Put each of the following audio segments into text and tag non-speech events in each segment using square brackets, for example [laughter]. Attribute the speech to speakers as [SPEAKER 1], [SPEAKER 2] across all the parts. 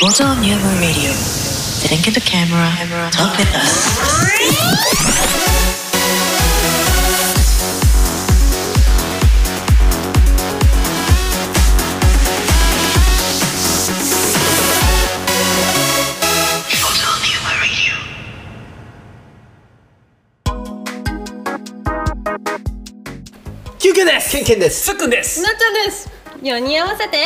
[SPEAKER 1] Total Newman Radio. Then get the camera. Talk with us.
[SPEAKER 2] キュンキュンです
[SPEAKER 3] ケンケンです
[SPEAKER 2] すっくんです
[SPEAKER 4] なっちゃんです4人合わせて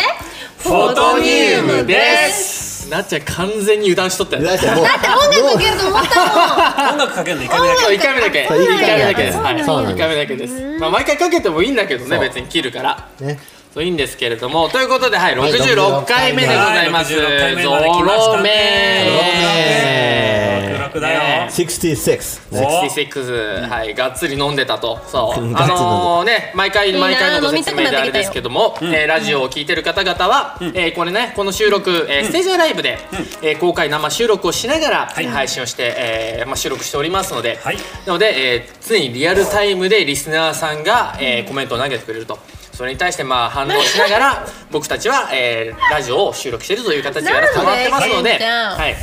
[SPEAKER 4] フ
[SPEAKER 2] フォトニウムですすなっちゃん完全に油断しとったよね
[SPEAKER 3] だってもう
[SPEAKER 2] [laughs]
[SPEAKER 4] 音楽かけると思ったもん
[SPEAKER 2] 音楽かけるの1回目だけ1回目だけ
[SPEAKER 3] そう
[SPEAKER 2] 一回目だけです
[SPEAKER 3] そう
[SPEAKER 2] は
[SPEAKER 3] ないんや
[SPEAKER 2] 1回目だけですまあ毎回かけてもいいんだけど
[SPEAKER 3] そ
[SPEAKER 2] ね
[SPEAKER 3] う
[SPEAKER 2] 別に切るから
[SPEAKER 3] ね
[SPEAKER 2] そういいんですけれどもということではい
[SPEAKER 3] はい
[SPEAKER 2] 66回目でございますゾ
[SPEAKER 5] はい66回目まで来まし
[SPEAKER 2] ロ
[SPEAKER 5] た
[SPEAKER 2] 目
[SPEAKER 5] 六六だよ、
[SPEAKER 2] ね
[SPEAKER 3] 66ね
[SPEAKER 5] お
[SPEAKER 2] 66はいがっつり飲んでたとそ
[SPEAKER 3] [laughs]
[SPEAKER 2] う
[SPEAKER 3] がっつり飲んで
[SPEAKER 2] あのーね毎回
[SPEAKER 4] いな
[SPEAKER 2] 毎回のご説明で
[SPEAKER 4] 飲みたくな
[SPEAKER 2] あ
[SPEAKER 4] って
[SPEAKER 2] れ
[SPEAKER 4] きたよ
[SPEAKER 2] ですけども、えーラジオを聞いてる方々は、えーこれねこの収録、えーステージアライブで、えー公開生収録をしながら、
[SPEAKER 5] い
[SPEAKER 2] 配信をして、えーまあ、収録しておりますので、
[SPEAKER 5] はい
[SPEAKER 2] なので、えー常にリアルタイムでリスナーさんが、えーコメントを投げてくれると。それに対してまあ反応しな
[SPEAKER 3] [laughs]
[SPEAKER 2] がら僕たちは、えーラジオを収録しているという形でやらせてもらってますので、
[SPEAKER 4] なんで
[SPEAKER 2] はい、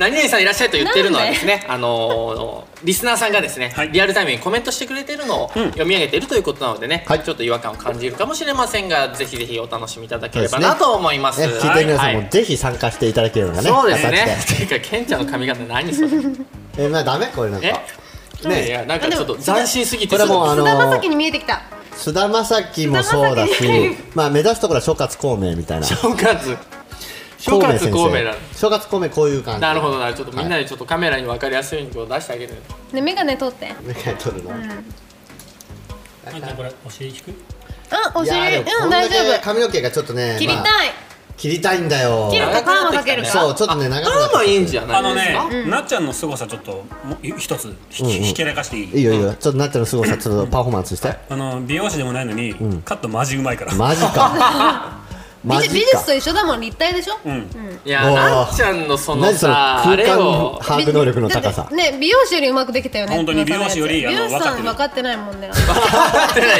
[SPEAKER 2] 何々さんいらっしゃいと言ってるのはですね、あのーリスナーさんがですね、
[SPEAKER 5] はい
[SPEAKER 2] リアルタイムにコメントしてくれてるのを読み上げているということなのでね、
[SPEAKER 3] はい
[SPEAKER 2] ちょっと違和感を感じるかもしれませんが、ぜひぜひお楽しみいただけれ
[SPEAKER 3] そ
[SPEAKER 2] ば
[SPEAKER 3] うですね
[SPEAKER 2] なと思います。
[SPEAKER 3] 聞いてる皆さん
[SPEAKER 2] は
[SPEAKER 3] も
[SPEAKER 2] い
[SPEAKER 3] ぜひ参加していただけるようなね
[SPEAKER 2] そうですね。
[SPEAKER 3] 形
[SPEAKER 2] ていうか、ケンちゃんの髪型何それ。
[SPEAKER 3] でえまあダメこれなん
[SPEAKER 2] え
[SPEAKER 3] か、
[SPEAKER 2] い
[SPEAKER 3] ね
[SPEAKER 2] やなんかちょっと斬新すぎ
[SPEAKER 3] こ
[SPEAKER 2] て
[SPEAKER 3] れはもうあの
[SPEAKER 4] 菅田将暉に見えてきた
[SPEAKER 3] 須田将暉もそうだし
[SPEAKER 4] 菅田将暉
[SPEAKER 3] まあ目指すところは諸葛孔明み
[SPEAKER 2] [laughs]
[SPEAKER 3] たいな
[SPEAKER 2] 正月正月孔明なの。
[SPEAKER 3] 諸葛孔明こういう感じ
[SPEAKER 2] なるほどなるほどちょっとみんなでちょっとカメラに分かりやすいのを出してあげる。
[SPEAKER 4] ねメガネ取って
[SPEAKER 3] ね取るの
[SPEAKER 5] なんかこれお尻引く
[SPEAKER 4] あお
[SPEAKER 3] い
[SPEAKER 4] 尻
[SPEAKER 3] やーでも
[SPEAKER 4] う
[SPEAKER 3] こ
[SPEAKER 4] ん
[SPEAKER 3] んだ
[SPEAKER 4] 大
[SPEAKER 3] け
[SPEAKER 4] 丈夫
[SPEAKER 3] 髪の毛がちょっとね
[SPEAKER 4] 切りた
[SPEAKER 3] ま
[SPEAKER 4] い
[SPEAKER 3] あ切りたいんだよ
[SPEAKER 4] 切るとパーマかけるから
[SPEAKER 3] そうちょっとね長くなってきた
[SPEAKER 2] パーマいいんじゃない
[SPEAKER 5] あの
[SPEAKER 2] です
[SPEAKER 5] ね
[SPEAKER 2] か、
[SPEAKER 5] なっちゃんの凄さちょっともう一つひ,、
[SPEAKER 3] うん
[SPEAKER 5] ひけらかしていい
[SPEAKER 3] いいよいいよちょっとなってのすごさちょっとパフォーマンスして
[SPEAKER 5] あの美容師でもないのに、カットマジうまいから、
[SPEAKER 3] マジか
[SPEAKER 4] [laughs]
[SPEAKER 3] マ
[SPEAKER 4] 美
[SPEAKER 3] ジか
[SPEAKER 4] 術美術と一緒だもん立体でしょ
[SPEAKER 5] うん
[SPEAKER 2] いや
[SPEAKER 3] おー
[SPEAKER 2] なっちゃんのその
[SPEAKER 3] 何その
[SPEAKER 2] さあ
[SPEAKER 3] 空
[SPEAKER 2] れ
[SPEAKER 3] 間
[SPEAKER 2] を
[SPEAKER 3] 把握能力の高さ
[SPEAKER 4] だってね美容師よりうまくできたよね
[SPEAKER 5] 本当に美容師より
[SPEAKER 4] 美容師
[SPEAKER 5] あの
[SPEAKER 4] さん分
[SPEAKER 5] 分
[SPEAKER 4] か
[SPEAKER 5] か
[SPEAKER 4] ってないもんね
[SPEAKER 2] [laughs]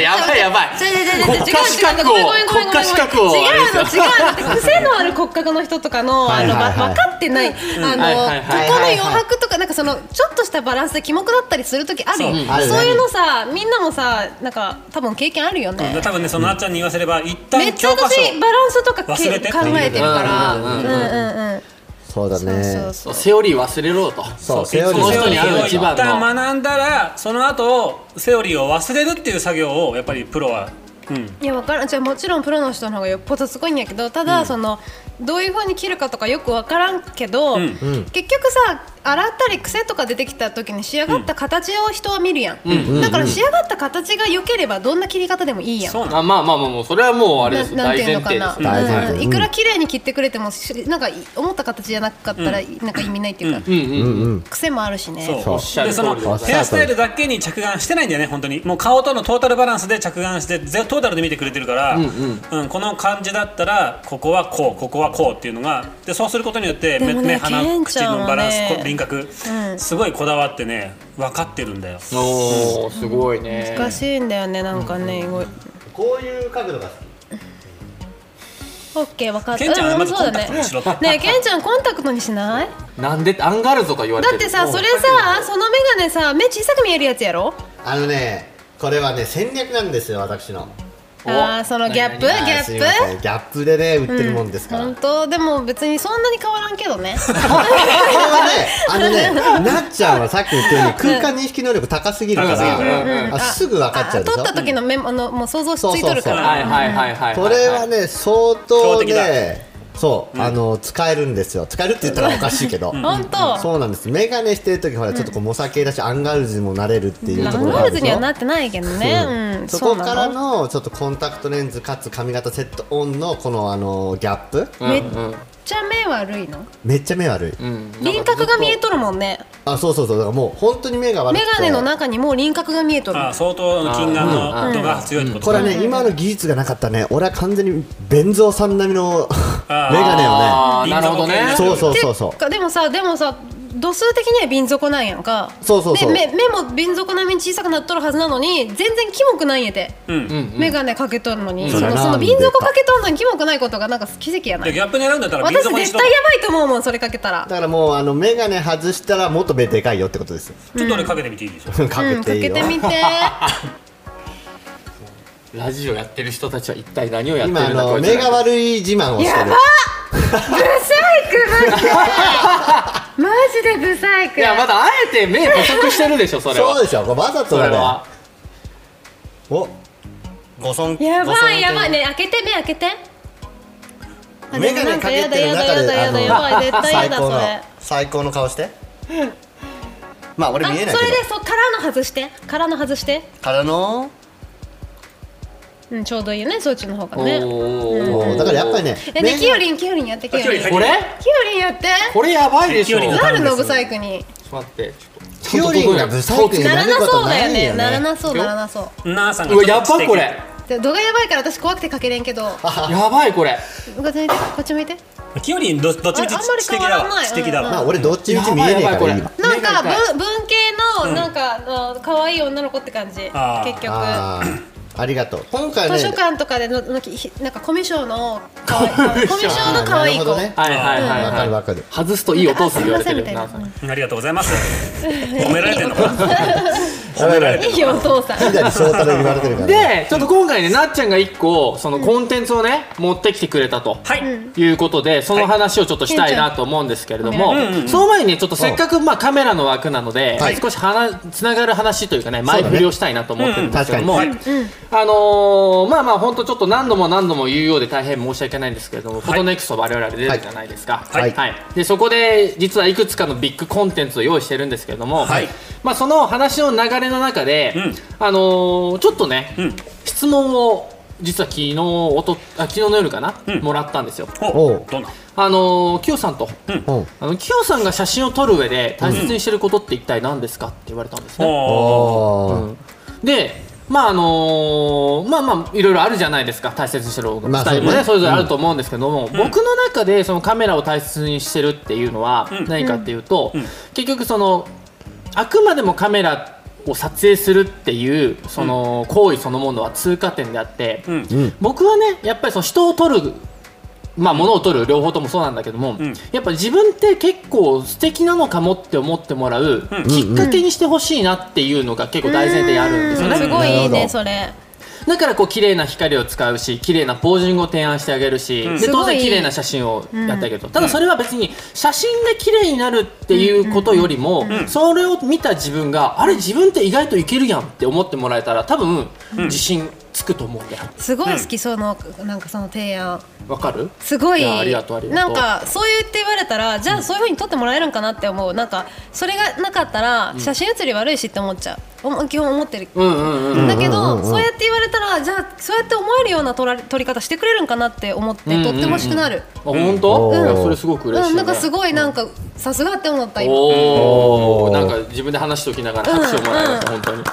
[SPEAKER 2] やばいやばい
[SPEAKER 4] 違う違う違う違う違う違う違う違う
[SPEAKER 2] 国家資格を
[SPEAKER 4] ごめんごめんごめんごめん
[SPEAKER 2] 国家資格を
[SPEAKER 4] 違うの
[SPEAKER 2] あれですよ
[SPEAKER 4] 違うの癖のある骨格の人とかの
[SPEAKER 3] は
[SPEAKER 4] あ
[SPEAKER 3] い
[SPEAKER 4] の
[SPEAKER 3] はいはい
[SPEAKER 4] わ分かってないあ
[SPEAKER 2] はいはいは
[SPEAKER 4] の
[SPEAKER 2] い
[SPEAKER 4] ここの余白とかなんかそのちょっとしたバランスでキモくなったりする時あるよ
[SPEAKER 5] そう
[SPEAKER 3] うんあるね
[SPEAKER 4] そういうのさみんなもさなんか多分経験あるよね
[SPEAKER 5] 多分ねそのなっちゃんに言わせれば一旦
[SPEAKER 4] めっちゃ
[SPEAKER 5] 教科書
[SPEAKER 4] 私バランスとかけ考
[SPEAKER 5] 忘れて
[SPEAKER 4] えてるから
[SPEAKER 2] うん
[SPEAKER 4] う
[SPEAKER 2] うん
[SPEAKER 4] ん
[SPEAKER 2] う
[SPEAKER 4] うんんうん
[SPEAKER 3] そうだ
[SPEAKER 4] そ
[SPEAKER 3] ね
[SPEAKER 4] うそうそう
[SPEAKER 2] セオリー忘れろと
[SPEAKER 3] そう
[SPEAKER 5] セ
[SPEAKER 3] セ
[SPEAKER 5] オ
[SPEAKER 3] オ
[SPEAKER 5] リ
[SPEAKER 3] リ
[SPEAKER 5] ー
[SPEAKER 3] ー
[SPEAKER 5] を
[SPEAKER 2] その人に合う
[SPEAKER 5] 一
[SPEAKER 2] 一番の
[SPEAKER 5] 旦学んだらその後セオリーを忘れるっていう作業をやっぱりプロは、うん、
[SPEAKER 4] いやわからんじゃあもちろんプロの人の方がよっぽどすごいんやけどただ、そのどういう風に切るかとかよくわからんけど、
[SPEAKER 5] ん
[SPEAKER 4] 結局さ洗ったり癖とか出てきた時に仕上がった形を人は見るやん、だから仕上がった形が良ければどんな切り方でもいいやん
[SPEAKER 5] そうな
[SPEAKER 2] あまあまあまあもうそれはもうあれです
[SPEAKER 4] ななん
[SPEAKER 2] 大
[SPEAKER 4] ていう
[SPEAKER 2] 前
[SPEAKER 4] のか
[SPEAKER 2] 提で
[SPEAKER 4] な
[SPEAKER 2] す
[SPEAKER 3] ね大前提
[SPEAKER 4] うんいくら綺麗に切ってくれてもしなんかい思った形じゃなかったら、なんか意味ないっていうか、
[SPEAKER 2] うんうん
[SPEAKER 4] 癖もあるしね
[SPEAKER 5] の
[SPEAKER 3] そう
[SPEAKER 5] そ
[SPEAKER 3] お
[SPEAKER 5] う
[SPEAKER 3] っ
[SPEAKER 2] しゃる
[SPEAKER 5] で
[SPEAKER 2] 通
[SPEAKER 5] その
[SPEAKER 2] りでございます
[SPEAKER 5] ヘアスタイルだけに着眼してないんだよね本当にもう顔とのトータルバランスで着眼して全トータルで見てくれてるから、うんこの感じだったらここはこうここはこうっていうのがでそうすることによって
[SPEAKER 4] でもねケ
[SPEAKER 5] 鼻
[SPEAKER 4] ン
[SPEAKER 5] 口
[SPEAKER 4] ちゃん
[SPEAKER 5] のバ
[SPEAKER 4] はね
[SPEAKER 5] ランス、こ輪郭、
[SPEAKER 4] うん
[SPEAKER 5] すごいこだわってね分かってるんだよ
[SPEAKER 2] おーすごいね
[SPEAKER 4] 難しいんだよねなんかね、ごい
[SPEAKER 3] こういう角度が好
[SPEAKER 4] オッケー分かった
[SPEAKER 5] ケンちゃんはまず
[SPEAKER 4] う
[SPEAKER 5] コ
[SPEAKER 4] そ
[SPEAKER 5] ン
[SPEAKER 4] うだ
[SPEAKER 5] タクトに
[SPEAKER 4] ね
[SPEAKER 5] しろって、
[SPEAKER 4] ねえケンちゃんコンタクトにしない
[SPEAKER 2] なんでってアンガールズとか言われ
[SPEAKER 4] だ
[SPEAKER 2] て
[SPEAKER 4] っ
[SPEAKER 2] る
[SPEAKER 4] てさそれさそのメガネさ目小さく見えるやつやろ
[SPEAKER 3] あのねこれはね戦略なんですよ私の
[SPEAKER 2] お
[SPEAKER 4] あーそのギャップギ
[SPEAKER 3] あー
[SPEAKER 4] ャ
[SPEAKER 3] すいませ
[SPEAKER 4] ッ
[SPEAKER 3] んギャップでね売ってるもんです
[SPEAKER 4] プ
[SPEAKER 3] から、
[SPEAKER 4] 本当でも別にそんなに変わらんけど [laughs] ね
[SPEAKER 3] これはね、あのね、なっちゃんはさ [laughs] っき言ったように空間認識能力高すぎるか
[SPEAKER 2] 高すぎるうん
[SPEAKER 3] ら、あすぐ分かっちゃうでし
[SPEAKER 4] あ撮った
[SPEAKER 3] ょ。
[SPEAKER 4] 時のメモあのもう想像しついと
[SPEAKER 3] そうそ
[SPEAKER 4] るか
[SPEAKER 3] うそう
[SPEAKER 2] はい
[SPEAKER 4] ら
[SPEAKER 2] はいはいはい
[SPEAKER 3] これはね、相当
[SPEAKER 5] 強敵だ
[SPEAKER 3] ね、そう、あの、使えるんですよ。使えるって言ったらおかしいけど。
[SPEAKER 4] 本当
[SPEAKER 3] そうなんです。メガネしてる時ほら、ちょっとこう、模索系だし、アンガールズにもなれるっていう
[SPEAKER 4] ラ
[SPEAKER 3] と
[SPEAKER 4] ン
[SPEAKER 3] ころ
[SPEAKER 4] ガ
[SPEAKER 3] があ
[SPEAKER 4] ー
[SPEAKER 3] る
[SPEAKER 4] ル
[SPEAKER 3] で
[SPEAKER 4] ズ
[SPEAKER 3] し
[SPEAKER 4] には
[SPEAKER 3] ょ
[SPEAKER 4] なってないけどねうん
[SPEAKER 3] そこから
[SPEAKER 4] うな
[SPEAKER 3] の、ちょっとコンタクトレンズかつ髪型セットオンの、この、あの、ギャップ。
[SPEAKER 2] うんう
[SPEAKER 4] め
[SPEAKER 2] ん
[SPEAKER 4] じゃあ目悪いの
[SPEAKER 3] めっちゃ目悪い。
[SPEAKER 2] うん
[SPEAKER 4] 輪郭が見えとるもんね
[SPEAKER 3] あ、そうそうそう。だからもう、本当に目が悪く
[SPEAKER 4] メ
[SPEAKER 3] て。
[SPEAKER 4] ガネの中にもう輪郭が見えとる
[SPEAKER 5] あー相当の近眼の度が強いってこと
[SPEAKER 3] これはね、今の技術がなかったらね、俺は完全にベンゾーさん並みのメガネをね、
[SPEAKER 2] あーなるほどね
[SPEAKER 5] 輪郭
[SPEAKER 3] そ
[SPEAKER 5] をね
[SPEAKER 3] うそうそうそ
[SPEAKER 4] てかでもさでもさ度数的には瓶底なんやんか
[SPEAKER 3] そうそうそう
[SPEAKER 4] で目目も瓶底並みに小さくなっとるはずなのに全然キモくないんやて、
[SPEAKER 5] うん
[SPEAKER 2] うんうん
[SPEAKER 4] 眼鏡かけとるのに、
[SPEAKER 3] ん
[SPEAKER 4] その
[SPEAKER 3] それ
[SPEAKER 4] そ
[SPEAKER 3] な
[SPEAKER 4] の
[SPEAKER 3] んで
[SPEAKER 4] 瓶底かけとるのにキモくないことがなんか奇跡やな
[SPEAKER 5] で
[SPEAKER 4] い
[SPEAKER 5] ギャップに選んだったら
[SPEAKER 4] 私
[SPEAKER 5] 水底に
[SPEAKER 4] 絶
[SPEAKER 5] しろ
[SPEAKER 4] 対やばいと思うもんそれかけたら
[SPEAKER 3] だからもうあの眼鏡外したらもっと目でかいよってことですよ
[SPEAKER 5] ちょっと俺かけてみていいでしょ
[SPEAKER 3] かけていいよ、
[SPEAKER 4] うん、かけてみて
[SPEAKER 2] ラジオやってる人たちは一体何をやってるん
[SPEAKER 3] 今
[SPEAKER 2] だ
[SPEAKER 3] あの目が悪い自慢をして
[SPEAKER 4] や
[SPEAKER 3] る
[SPEAKER 4] ばっブサイクブサイクマジでブサイク
[SPEAKER 2] いやまだあえて目細くしてるでしょそれは
[SPEAKER 3] そうでしょこれわざと
[SPEAKER 2] それ
[SPEAKER 3] だね
[SPEAKER 2] は
[SPEAKER 3] おご尊
[SPEAKER 4] や
[SPEAKER 3] ご尊
[SPEAKER 4] ば
[SPEAKER 3] 敬
[SPEAKER 4] いやばいね開けて目開けてあ
[SPEAKER 3] 眼鏡かけてる中
[SPEAKER 4] やだ
[SPEAKER 3] で
[SPEAKER 4] やだやだやだやばい絶対やだそれ
[SPEAKER 3] 最高の顔して [laughs] まあ俺
[SPEAKER 4] あそれでそう殻の外して殻の外して
[SPEAKER 3] からの
[SPEAKER 4] うんちょうどいいよね装置の方が
[SPEAKER 2] お
[SPEAKER 4] ね
[SPEAKER 2] ー
[SPEAKER 3] だからやっぱりね
[SPEAKER 4] えねキヨリンキヨリンやってキヨリン
[SPEAKER 5] キ
[SPEAKER 4] キ
[SPEAKER 5] ヨ
[SPEAKER 2] これ
[SPEAKER 4] ヨリンやって
[SPEAKER 2] これやばいでしょ
[SPEAKER 5] 勢い
[SPEAKER 2] ち
[SPEAKER 5] に乗
[SPEAKER 2] ょっ
[SPEAKER 5] る
[SPEAKER 4] なるのブサイクに
[SPEAKER 2] と待って
[SPEAKER 3] キヨリンがブサイクに
[SPEAKER 4] なら
[SPEAKER 3] なる
[SPEAKER 4] な
[SPEAKER 3] こ
[SPEAKER 4] そう
[SPEAKER 3] と
[SPEAKER 4] だ
[SPEAKER 3] な
[SPEAKER 4] よ
[SPEAKER 3] い
[SPEAKER 4] ね
[SPEAKER 3] よ
[SPEAKER 4] なら
[SPEAKER 3] ね
[SPEAKER 4] なそうならなそう
[SPEAKER 5] なあさんが
[SPEAKER 2] うわやばこれ
[SPEAKER 4] で度がやばいから私怖くてかけれんけどこ
[SPEAKER 2] やばいこれ
[SPEAKER 4] っち向いてこっち向いて
[SPEAKER 5] キヨリンどどっちみち
[SPEAKER 4] ああんまり
[SPEAKER 5] 知
[SPEAKER 4] 変
[SPEAKER 5] 的
[SPEAKER 4] わ
[SPEAKER 5] だ
[SPEAKER 4] ら
[SPEAKER 5] わ
[SPEAKER 4] ない
[SPEAKER 5] 知的だ
[SPEAKER 4] うん
[SPEAKER 3] ま
[SPEAKER 5] わ
[SPEAKER 3] あ俺どっちみち見え
[SPEAKER 2] やば
[SPEAKER 3] ね
[SPEAKER 2] い
[SPEAKER 3] え
[SPEAKER 2] や
[SPEAKER 3] か
[SPEAKER 2] ばいこれ
[SPEAKER 3] ら今
[SPEAKER 4] なんか
[SPEAKER 2] 目が痛い
[SPEAKER 4] 文文系のなんかあの可愛い女の子って感じ結
[SPEAKER 5] あー
[SPEAKER 4] 局
[SPEAKER 3] あーありがとう今回ね
[SPEAKER 4] 図書館とかでののひなんかコミュ障の可愛いコミュ障の可愛い
[SPEAKER 3] な
[SPEAKER 4] 子
[SPEAKER 3] るほどね
[SPEAKER 2] はいはいはい
[SPEAKER 3] わかる
[SPEAKER 2] は
[SPEAKER 3] わかる
[SPEAKER 2] い外すといいお父さん言われてる
[SPEAKER 4] あすいませんみ
[SPEAKER 5] ありがとうございます褒められてんのかな
[SPEAKER 3] やばいやばい
[SPEAKER 4] たいないいよお父さん
[SPEAKER 3] 左翔太で言われてるからね
[SPEAKER 2] でちょっと今回ねなっちゃんが一個そのコンテンツをね持ってきてくれたと
[SPEAKER 5] はい、
[SPEAKER 2] いうことでその話をちょっとしたいなと思うんですけれども、
[SPEAKER 5] うんうん
[SPEAKER 2] その前にねちょっとせっかくまあカメラの枠なので、
[SPEAKER 3] はい
[SPEAKER 2] 少し話つながる話というかね前振りをしたいなと思ってるんですけども、
[SPEAKER 5] うんうん
[SPEAKER 2] あのーまあまあ本当ちょっと何度も何度も言うようで大変申し訳ないんですけれども、フォトネクスト我々出てるじゃないですか、
[SPEAKER 3] はい
[SPEAKER 2] でそこで実はいくつかのビッグコンテンツを用意してるんですけれども、
[SPEAKER 5] はい
[SPEAKER 2] まあ、その話の流れの中で、
[SPEAKER 5] うん
[SPEAKER 2] あのーちょっとね、
[SPEAKER 5] うん
[SPEAKER 2] 質問を実は昨日おとあ昨日の夜かな、
[SPEAKER 5] うん
[SPEAKER 2] もらったんですよ。
[SPEAKER 5] お
[SPEAKER 3] お
[SPEAKER 5] どんな
[SPEAKER 2] あのー、キヨさんと、
[SPEAKER 3] うん
[SPEAKER 2] あのキヨさんが写真を撮る上で大切にしてることって一体何ですかって言われたんですね。
[SPEAKER 5] お
[SPEAKER 3] おー
[SPEAKER 2] で、まああのーまあまあいろいろあるじゃないですか大切にしてること
[SPEAKER 3] まあ
[SPEAKER 2] 2人
[SPEAKER 3] そ
[SPEAKER 2] も
[SPEAKER 3] う
[SPEAKER 2] ね
[SPEAKER 3] ね
[SPEAKER 2] それぞれあると思うんですけども、僕の中でそのカメラを大切にしてるっていうのは
[SPEAKER 5] うん
[SPEAKER 2] 何かっていうと、
[SPEAKER 5] うん
[SPEAKER 2] 結局そのあくまでもカメラを撮影するっていうその行為そのものは通過点であって、
[SPEAKER 5] うん
[SPEAKER 3] うん
[SPEAKER 2] 僕はねやっぱりその人を撮るまあ物を撮る両方ともそうなんだけども、
[SPEAKER 5] ん
[SPEAKER 2] やっぱ自分って結構素敵なのかもって思ってもらう
[SPEAKER 5] うん
[SPEAKER 2] きっかけにしてほしいなっていうのが結構大前提にあるんですよ
[SPEAKER 4] う
[SPEAKER 2] ね
[SPEAKER 4] んすごいいい
[SPEAKER 3] なるほ
[SPEAKER 4] ね
[SPEAKER 3] ど
[SPEAKER 4] それ
[SPEAKER 2] だからこう綺麗な光を使うし綺麗なポージングを提案してあげるし、
[SPEAKER 5] ん
[SPEAKER 2] で当
[SPEAKER 4] すごい
[SPEAKER 2] 然綺麗な写真をやってあげると、ただそれは別に写真が綺麗になるっていうことよりも、それを見た自分があれ自分って意外といけるやんって思ってもらえたら多分自信つくと思うんだよ
[SPEAKER 4] すごい好きそのなんかその提案
[SPEAKER 2] わかる
[SPEAKER 4] すごい
[SPEAKER 2] やありがとうありが
[SPEAKER 4] な
[SPEAKER 2] とうん
[SPEAKER 4] かそう言って言われたらじゃあそういうふうに撮ってもらえるんかなって思うなんかそれがなかったら写真写り悪いしって思っちゃう、お基本思ってる
[SPEAKER 2] うんうんうん
[SPEAKER 4] だけど、
[SPEAKER 3] うんうんうんうん
[SPEAKER 4] そうやって言われたらじゃあそうやって思えるような撮ら撮り方してくれるんかなって思って、
[SPEAKER 2] うんうんうん
[SPEAKER 4] とっても欲しくなる、
[SPEAKER 2] あ本
[SPEAKER 3] う
[SPEAKER 2] 当、
[SPEAKER 3] ん
[SPEAKER 2] いやそれすごく嬉しい、ね
[SPEAKER 4] うん、なんかすごいなんかさすがって思った今
[SPEAKER 2] お
[SPEAKER 3] う
[SPEAKER 2] お
[SPEAKER 3] ん
[SPEAKER 2] なんか自分で話しておきながら拍手をもらいました、本当に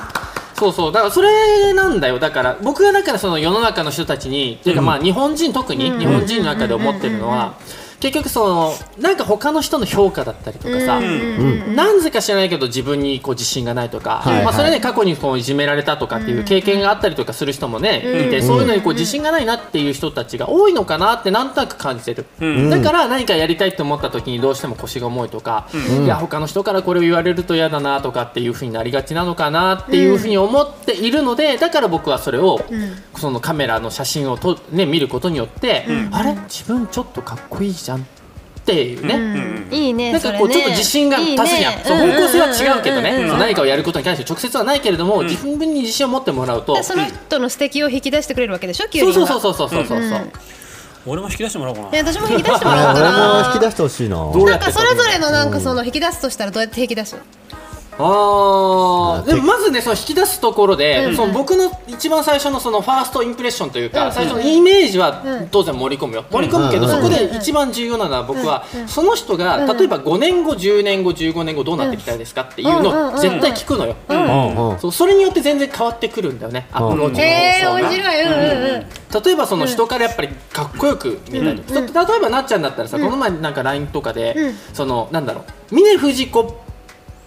[SPEAKER 2] そうそうだからそれなんだよだから僕がだからその世の中の人たちにっていうかまあ日本人特に日本人の中で思ってるのは結局そのなんか他の人の評価だったりとかさ、なんぜか知らないけど自分にこう自信がないとか、
[SPEAKER 3] はいはい
[SPEAKER 2] まあ、それで過去にこういじめられたとかっていう経験があったりとかする人もね、いてそういうのにこう自信がないなっていう人たちが多いのかなってなんとなく感じてる、
[SPEAKER 5] ん
[SPEAKER 2] だから何かやりたいって思った時にどうしても腰が重いとか、いや他の人からこれを言われると嫌だなとかっていうふうになりがちなのかなっていうふうに思っているのでだから僕はそれを、そのカメラの写真をと、ね、見ることによって、あれ自分ちょっとかっこいいじゃんっていうね、
[SPEAKER 4] うんいいね
[SPEAKER 2] なん
[SPEAKER 4] そ
[SPEAKER 2] か
[SPEAKER 4] れ
[SPEAKER 2] こう
[SPEAKER 4] ね
[SPEAKER 2] ちょっと自信が足すやん、
[SPEAKER 4] いいね
[SPEAKER 2] そう方向性は違うけど
[SPEAKER 4] んんん
[SPEAKER 2] ね、
[SPEAKER 4] ん
[SPEAKER 2] そう何かをやることに対して直接はないけれども、自分に自信を持ってもらうと、
[SPEAKER 4] でその人の素敵を引き出してくれるわけでしょキュウ
[SPEAKER 2] そ
[SPEAKER 4] リ
[SPEAKER 2] う
[SPEAKER 4] ン
[SPEAKER 2] そう
[SPEAKER 4] は
[SPEAKER 2] そうそうそうそうそう、
[SPEAKER 5] 俺も引き出してもらおうか
[SPEAKER 4] いや私も引き出しても
[SPEAKER 3] 俺
[SPEAKER 4] らおうか
[SPEAKER 3] も [laughs]
[SPEAKER 4] な
[SPEAKER 3] 引き出してほしいな
[SPEAKER 2] どう
[SPEAKER 4] な
[SPEAKER 2] や
[SPEAKER 4] ん
[SPEAKER 2] って
[SPEAKER 4] かそれぞれのなんかその引き出すとしたらどうやって引き出す
[SPEAKER 5] な
[SPEAKER 2] あーでもまずねその引き出すところで、
[SPEAKER 4] うん
[SPEAKER 2] その僕の一番最初のそのファーストインプレッションというか、最初のイメージは当然盛り込むよ、盛り込むけど、
[SPEAKER 3] うん
[SPEAKER 2] そこで一番重要なのは僕は、その人が例えば5年後10年後15年後どうなっていきたいですかっていうのを絶対聞くのよ、
[SPEAKER 3] うんうん
[SPEAKER 2] そうそれによって全然変わってくるんだよねアプローチの方法が。
[SPEAKER 4] えー、面白い。うんうんうん。
[SPEAKER 2] 例えばその人からやっぱりかっこよく見えたり、例えばなっちゃんだったらさ、この前なんか LINE とかで、
[SPEAKER 4] うん
[SPEAKER 2] そのなんだろう峰不二子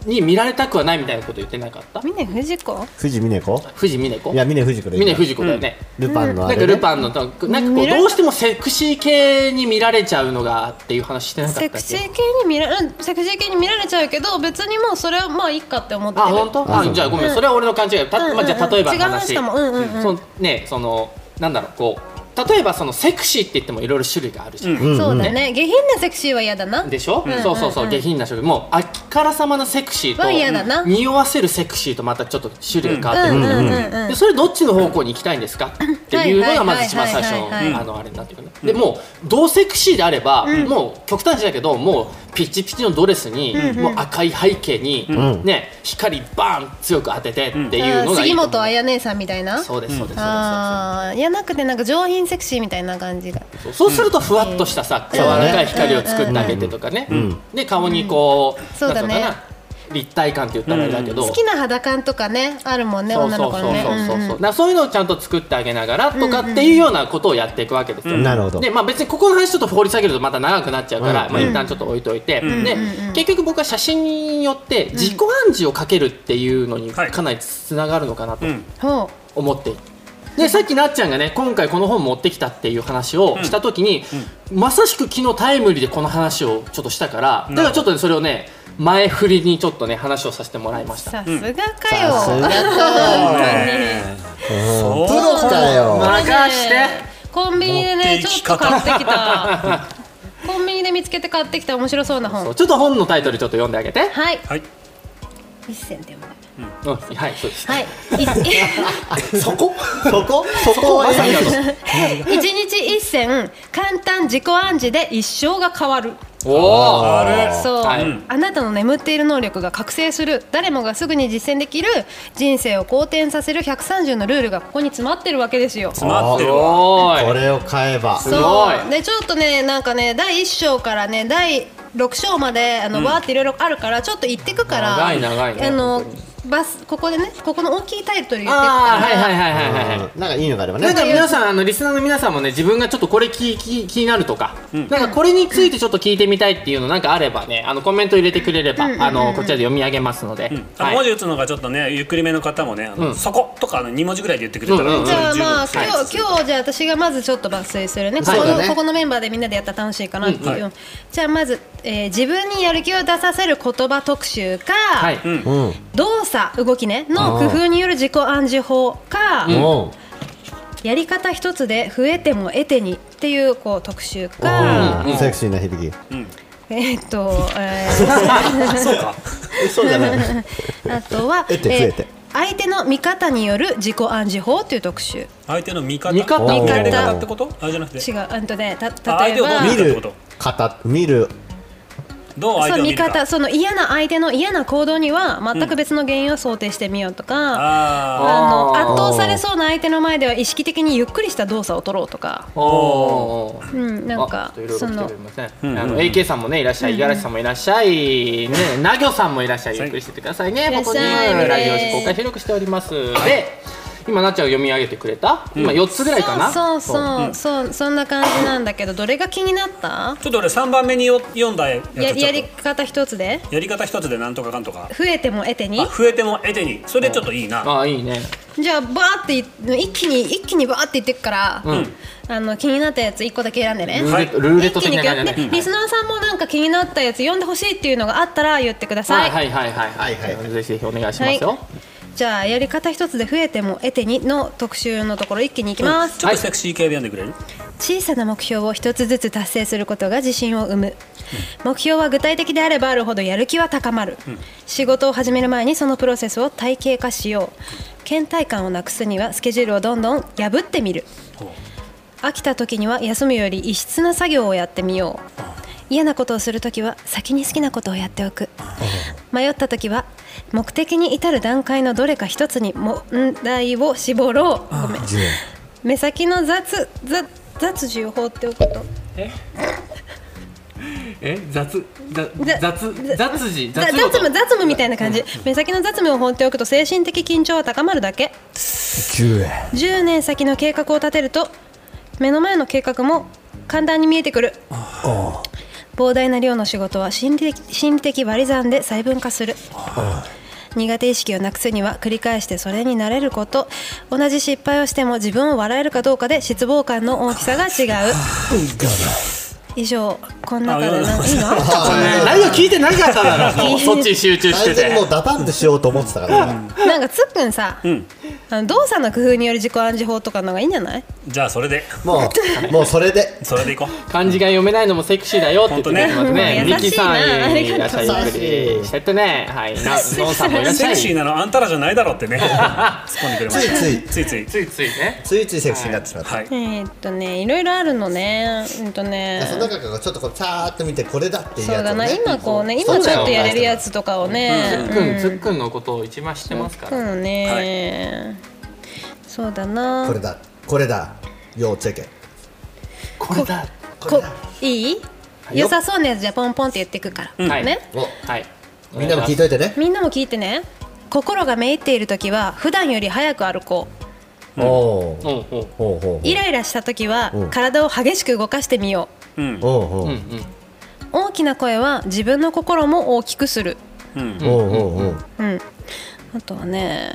[SPEAKER 2] に見られたくはないみたいなこと言ってなかった
[SPEAKER 4] 峰不二子
[SPEAKER 3] 藤峰子
[SPEAKER 2] 藤峰子
[SPEAKER 3] いや、峰藤子だよ
[SPEAKER 2] 峰不二子だよね、
[SPEAKER 3] ルパンのあ
[SPEAKER 2] な
[SPEAKER 3] れ
[SPEAKER 2] ん
[SPEAKER 3] ね。
[SPEAKER 2] かルパンのなんかなんかこ
[SPEAKER 4] 見
[SPEAKER 2] う
[SPEAKER 4] られ
[SPEAKER 2] どうしてもセクシー系に見られちゃうのがっていう話してなかったっけ
[SPEAKER 4] セクシー系に見らうんセクシー系に見られちゃうけど別にもうそれはまあいいかって思って
[SPEAKER 2] あ
[SPEAKER 4] る
[SPEAKER 2] 本当あじゃあごめん、それは俺の勘違いた、
[SPEAKER 4] うんうんうん
[SPEAKER 2] まあ、じゃあ例えばの話
[SPEAKER 4] 違う話かもうんうんうん
[SPEAKER 2] そのねそのなんだろうこう例えばそのセクシーって言ってもいろいろ種類があるじゃん、
[SPEAKER 5] うん
[SPEAKER 4] そうだね下品なセクシーは嫌だな
[SPEAKER 2] でしょ、そうそうそう下品な職業もうあからさまなセクシーと
[SPEAKER 4] は嫌だな
[SPEAKER 2] 匂わせるセクシーとまたちょっと種類が
[SPEAKER 4] う
[SPEAKER 2] 変わってくる、
[SPEAKER 4] んうんうんうん
[SPEAKER 2] でそれどっちの方向に行きたいんですかっていうのがまず一番最初
[SPEAKER 4] はいはいはいはいはい
[SPEAKER 2] のあのあれになってくるねでもう同セクシーであれば、もう極端じゃないけどもうピチピチのドレスに、もう赤い背景に、
[SPEAKER 3] ん
[SPEAKER 2] ね光バーン強く当ててっていうの
[SPEAKER 4] あ
[SPEAKER 2] がい
[SPEAKER 4] 杉
[SPEAKER 2] いと思う
[SPEAKER 4] 本彩姉さんみたいな
[SPEAKER 2] そうですそうですそうです
[SPEAKER 4] ああいやなくてなんか上品セクシーみたいな感じが
[SPEAKER 2] そうそうするとふわっとしたさ、
[SPEAKER 3] ん
[SPEAKER 2] 柔らかい光を作ってあげてとかね、で顔にこう、
[SPEAKER 4] そうだ
[SPEAKER 2] なん
[SPEAKER 4] ね
[SPEAKER 2] ていのかな立体感って言ったらあれだけど、
[SPEAKER 4] 好きな肌感とかねあるもんね
[SPEAKER 2] そう
[SPEAKER 4] 女
[SPEAKER 2] そ
[SPEAKER 4] の
[SPEAKER 2] うそ
[SPEAKER 4] 子
[SPEAKER 2] う
[SPEAKER 4] のね
[SPEAKER 2] そうそう
[SPEAKER 4] うん
[SPEAKER 2] だからそういうのをちゃんと作ってあげながらとかっていうようなことをやっていくわけですよ、
[SPEAKER 3] うんなるほど
[SPEAKER 2] でまあ別にここの話ちょっと掘り下げるとまた長くなっちゃうから、
[SPEAKER 3] うん
[SPEAKER 2] まあ、一旦ちょっと置いといて、
[SPEAKER 5] ん
[SPEAKER 2] で、結局僕は写真によって自己暗示をかけるっていうのに
[SPEAKER 5] はい
[SPEAKER 2] かなりつながるのかなと
[SPEAKER 5] うん
[SPEAKER 4] ほ
[SPEAKER 2] 思っているでさっきなっちゃんがね今回この本持ってきたっていう話をした時に、まさしく昨日タイムリーでこの話をちょっとしたからだからちょっとねそれをね前振りにちょっとね話をさせてもらいま
[SPEAKER 4] う
[SPEAKER 2] した
[SPEAKER 4] さすがか
[SPEAKER 3] さす
[SPEAKER 4] よ
[SPEAKER 3] が
[SPEAKER 5] そう
[SPEAKER 3] プロかよ。
[SPEAKER 2] 任して
[SPEAKER 4] コンビニ
[SPEAKER 5] 持
[SPEAKER 4] で
[SPEAKER 5] っ
[SPEAKER 4] ね
[SPEAKER 5] て
[SPEAKER 4] ち
[SPEAKER 5] いき
[SPEAKER 4] ょっと
[SPEAKER 5] 方
[SPEAKER 4] 買ってきたコンビニで見つけて買ってきた面白そうな
[SPEAKER 2] そう
[SPEAKER 4] 本
[SPEAKER 2] ちょっと本のタイトルちょっと読んであげて。
[SPEAKER 4] [laughs] はい
[SPEAKER 5] はい
[SPEAKER 4] 一銭でもない
[SPEAKER 2] うん、はい、そうです。
[SPEAKER 4] はい一
[SPEAKER 3] そこそこそこは
[SPEAKER 2] [laughs] ありがとう
[SPEAKER 4] 一日一銭簡単自己暗示で一生が変わる
[SPEAKER 3] [laughs]
[SPEAKER 2] おお。
[SPEAKER 5] ある
[SPEAKER 4] そう、
[SPEAKER 2] はい
[SPEAKER 4] あなたの眠っている能力が覚醒する誰もがすぐに実践できる人生を好転させる130のルールがここに詰まってるわけですよ
[SPEAKER 5] 詰まって
[SPEAKER 2] す
[SPEAKER 5] るわ
[SPEAKER 2] ご
[SPEAKER 3] こ
[SPEAKER 2] ーい。
[SPEAKER 3] れを買えば。
[SPEAKER 2] すごい
[SPEAKER 4] そうでちょっとねなんかね第1章からね第6章まであの、わーっていろいろあるからちょっと行ってくから
[SPEAKER 2] 長い長いね
[SPEAKER 4] あの
[SPEAKER 2] 本当に
[SPEAKER 4] バスここでねここの大きいタイトル言ってくから
[SPEAKER 2] ああ、はいはいはいはいはいは
[SPEAKER 3] うんなんかいいのがあれば
[SPEAKER 2] い。なん
[SPEAKER 3] ね。
[SPEAKER 2] か皆さん、あのリスナーの皆さんもね、自分がちょっとこれ気気気になるとか、なんかこれについてちょっと聞いてみたいっていうのなんかあればね、あのコメント入れてくれれば、あのこちらで読み上げますので。
[SPEAKER 5] あの
[SPEAKER 2] はい
[SPEAKER 5] 文字打つのがちょっとねゆっくりめの方もねあの
[SPEAKER 2] うん
[SPEAKER 5] そことかあの二文字ぐらいで言ってくれた
[SPEAKER 2] うんうん
[SPEAKER 5] ら
[SPEAKER 2] うん
[SPEAKER 4] じゃあまあ
[SPEAKER 5] 十分
[SPEAKER 4] 今日今日じゃあ私がまずちょっと抜粋するねここ
[SPEAKER 2] そう
[SPEAKER 3] だ
[SPEAKER 4] の
[SPEAKER 3] ね
[SPEAKER 4] ここのメンバーでみんなでやったら楽しいかなって
[SPEAKER 5] はい
[SPEAKER 4] いうじゃあまずえー自分にやる気を出させる言葉特集か
[SPEAKER 2] はい。
[SPEAKER 3] うん。
[SPEAKER 4] 動作動きねの工夫による自己暗示法か
[SPEAKER 3] も
[SPEAKER 4] やり方一つで増えても得てにっていうこう特集か
[SPEAKER 3] うん。セクシーな響き。
[SPEAKER 4] えーっとえ
[SPEAKER 5] [laughs] そうか
[SPEAKER 3] そうじゃない。
[SPEAKER 4] ーあとは
[SPEAKER 3] 得て
[SPEAKER 4] えー
[SPEAKER 3] 増えて
[SPEAKER 4] 相手の見方による自己暗示法っていう特集
[SPEAKER 5] 相手の味方
[SPEAKER 2] 味方
[SPEAKER 5] 見られ方ってことあれじゃなくて
[SPEAKER 4] 違ううんとねた
[SPEAKER 5] あ
[SPEAKER 4] 例えば
[SPEAKER 5] 相手をどう
[SPEAKER 3] 見
[SPEAKER 5] って
[SPEAKER 3] る
[SPEAKER 5] こと
[SPEAKER 3] 方、見る。
[SPEAKER 5] どう相
[SPEAKER 4] そ
[SPEAKER 5] 手を
[SPEAKER 4] う
[SPEAKER 5] 見
[SPEAKER 4] 見
[SPEAKER 5] るか
[SPEAKER 4] 方その嫌な相手の嫌な行動には全く別の原因を想定してみようとか、
[SPEAKER 5] あ
[SPEAKER 4] あの
[SPEAKER 2] あー
[SPEAKER 4] 圧倒されそうな相手の前では意識的にゆっくりした動作を取ろうとか、
[SPEAKER 2] おおー。
[SPEAKER 4] うん、なん
[SPEAKER 2] あ
[SPEAKER 4] か
[SPEAKER 2] ちょっといろいろ
[SPEAKER 4] そ
[SPEAKER 2] 来
[SPEAKER 4] の
[SPEAKER 2] ておりますね。あの AK さんもねいらっしゃい、五十嵐さんもいらっしゃい、ねなぎょさんもいらっしゃい。ゆっくりしててくださいね。
[SPEAKER 4] いらっ
[SPEAKER 2] ここ
[SPEAKER 4] し
[SPEAKER 2] に
[SPEAKER 4] ゃい
[SPEAKER 2] ラジオ時公開収録しております。で、今なっちゃんが読み上げてくれた。今四つぐらいかな。
[SPEAKER 4] そうそうそうそう、そんな感じなんだけどどれが気になった
[SPEAKER 5] ちょっと俺三番目によ読んだやつ
[SPEAKER 4] や
[SPEAKER 5] ちょ
[SPEAKER 4] や
[SPEAKER 5] っ
[SPEAKER 4] り
[SPEAKER 5] と
[SPEAKER 4] 方一つで
[SPEAKER 5] やり方一つでなんとかかんとか
[SPEAKER 4] 増えても得てに
[SPEAKER 5] あ増えても得てにそれでちょっといいな
[SPEAKER 2] ああいいね。
[SPEAKER 4] じゃあバーってい一気に一気にバーっていってくから、あの気になったやつ一個だけ選んでね
[SPEAKER 2] ルーレ
[SPEAKER 5] はい
[SPEAKER 2] ットルーレッ
[SPEAKER 4] 一
[SPEAKER 2] ト
[SPEAKER 4] 気
[SPEAKER 2] 的
[SPEAKER 4] にい
[SPEAKER 2] な
[SPEAKER 4] くよ
[SPEAKER 2] 感じ
[SPEAKER 4] で
[SPEAKER 2] だね。
[SPEAKER 4] リスナーさんもなんか気になったやつ読んでほしいっていうのがあったら言ってくださ
[SPEAKER 2] は
[SPEAKER 4] い
[SPEAKER 2] いはいはいはい
[SPEAKER 3] はいは
[SPEAKER 2] はい。ぜひぜひお願いします
[SPEAKER 4] はい
[SPEAKER 2] よ。
[SPEAKER 4] じゃあやり方一つで増えても得てにの特集のところ一気にいきます、
[SPEAKER 5] ちょっとセクシー系で読んでくれる
[SPEAKER 4] 小さな目標を一つずつ達成することが自信を生む、目標は具体的であればあるほどやる気は高まる、仕事を始める前にそのプロセスを体系化しよう倦怠感をなくすにはスケジュールをどんどん破ってみる飽きた時には休むより異質な作業をやってみよう嫌なことをする時は先に好きなことをやっておく迷った時は目的に至る段階のどれか一つに問題を絞ろうごめん
[SPEAKER 3] ジュエ
[SPEAKER 4] 目先の雑雑雑重放っておくと
[SPEAKER 2] え雑雑
[SPEAKER 4] ざ
[SPEAKER 2] 雑雑字
[SPEAKER 4] 雑
[SPEAKER 2] 字音
[SPEAKER 4] 務雑務みたいな感じ目先の雑務を放っておくと精神的緊張は高まるだけ
[SPEAKER 3] ジュエ
[SPEAKER 4] 10年先の計画を立てると目の前の計画も簡単に見えてくる膨大な量の仕事は心理的心理的割り算で細分化する苦手意識をなくすには繰り返してそれに慣れること同じ失敗をしても自分を笑えるかどうかで失望感の大きさが違う以上この中で
[SPEAKER 5] あ
[SPEAKER 4] 何いいの
[SPEAKER 2] ラジオ聞いてなかっただ [laughs] ろもうそっちに集中し
[SPEAKER 3] 最
[SPEAKER 2] てて
[SPEAKER 3] 初もうダパンとしようと思ってたからね
[SPEAKER 4] [laughs] なんかつっくんさ、あの動作の工夫による自己暗示法とかの方がいいんじゃない
[SPEAKER 5] じゃあそれで
[SPEAKER 3] もうもうそれで
[SPEAKER 5] それでいこう
[SPEAKER 2] 漢字が読めないのもセクシーだよって言ってくれてますね
[SPEAKER 4] 本当ね
[SPEAKER 2] ミキさん
[SPEAKER 4] 優しい
[SPEAKER 2] い
[SPEAKER 4] な
[SPEAKER 2] らっし
[SPEAKER 3] あ
[SPEAKER 2] ゃい
[SPEAKER 3] り
[SPEAKER 2] ゆ
[SPEAKER 3] がとう
[SPEAKER 2] っくりしてって
[SPEAKER 4] [laughs]
[SPEAKER 2] ねはいなノンさんもいらっ
[SPEAKER 5] セ
[SPEAKER 2] しゃい
[SPEAKER 5] クシー
[SPEAKER 2] つ
[SPEAKER 5] なのあんたらじゃないだろうってね突っ込んでくれま
[SPEAKER 3] つい
[SPEAKER 5] し
[SPEAKER 3] つい
[SPEAKER 5] たついつい
[SPEAKER 2] いついね
[SPEAKER 3] ついついセクシーになってしまった、
[SPEAKER 5] はい
[SPEAKER 4] えーっとねいろいろあるのねうんとね
[SPEAKER 3] その中からちょっとこうさーっと見てこれだっていう
[SPEAKER 4] そう
[SPEAKER 3] やつ
[SPEAKER 4] だ
[SPEAKER 3] を
[SPEAKER 4] な
[SPEAKER 3] ね
[SPEAKER 4] 今こうね今ちょっとやれるやつとかをね
[SPEAKER 2] つっくんつっくんのことを一番知ってますか
[SPEAKER 4] う
[SPEAKER 2] ら
[SPEAKER 4] んねそうだな
[SPEAKER 3] これだこれだ要チェケ
[SPEAKER 2] これだ
[SPEAKER 3] これ
[SPEAKER 4] こ
[SPEAKER 3] だ
[SPEAKER 4] い
[SPEAKER 3] い
[SPEAKER 4] い
[SPEAKER 3] よ
[SPEAKER 4] 良さそうなやつじゃあポンポンって言ってくか
[SPEAKER 2] ん
[SPEAKER 4] らね
[SPEAKER 3] お
[SPEAKER 2] はい
[SPEAKER 3] みんなも聞いといてね
[SPEAKER 4] みんなも聞いてね心がめいっている時は普段より早く歩こう
[SPEAKER 3] おお
[SPEAKER 2] うんう
[SPEAKER 3] ほ
[SPEAKER 2] ん
[SPEAKER 3] うほうほう
[SPEAKER 4] イライラした時は
[SPEAKER 3] うん
[SPEAKER 4] 体を激しく動かしてみよう
[SPEAKER 5] うん
[SPEAKER 3] おうおう
[SPEAKER 2] うん
[SPEAKER 4] 大きな声は自分の心も大きくする
[SPEAKER 5] うん
[SPEAKER 3] おうおうおう
[SPEAKER 4] うん、あとはね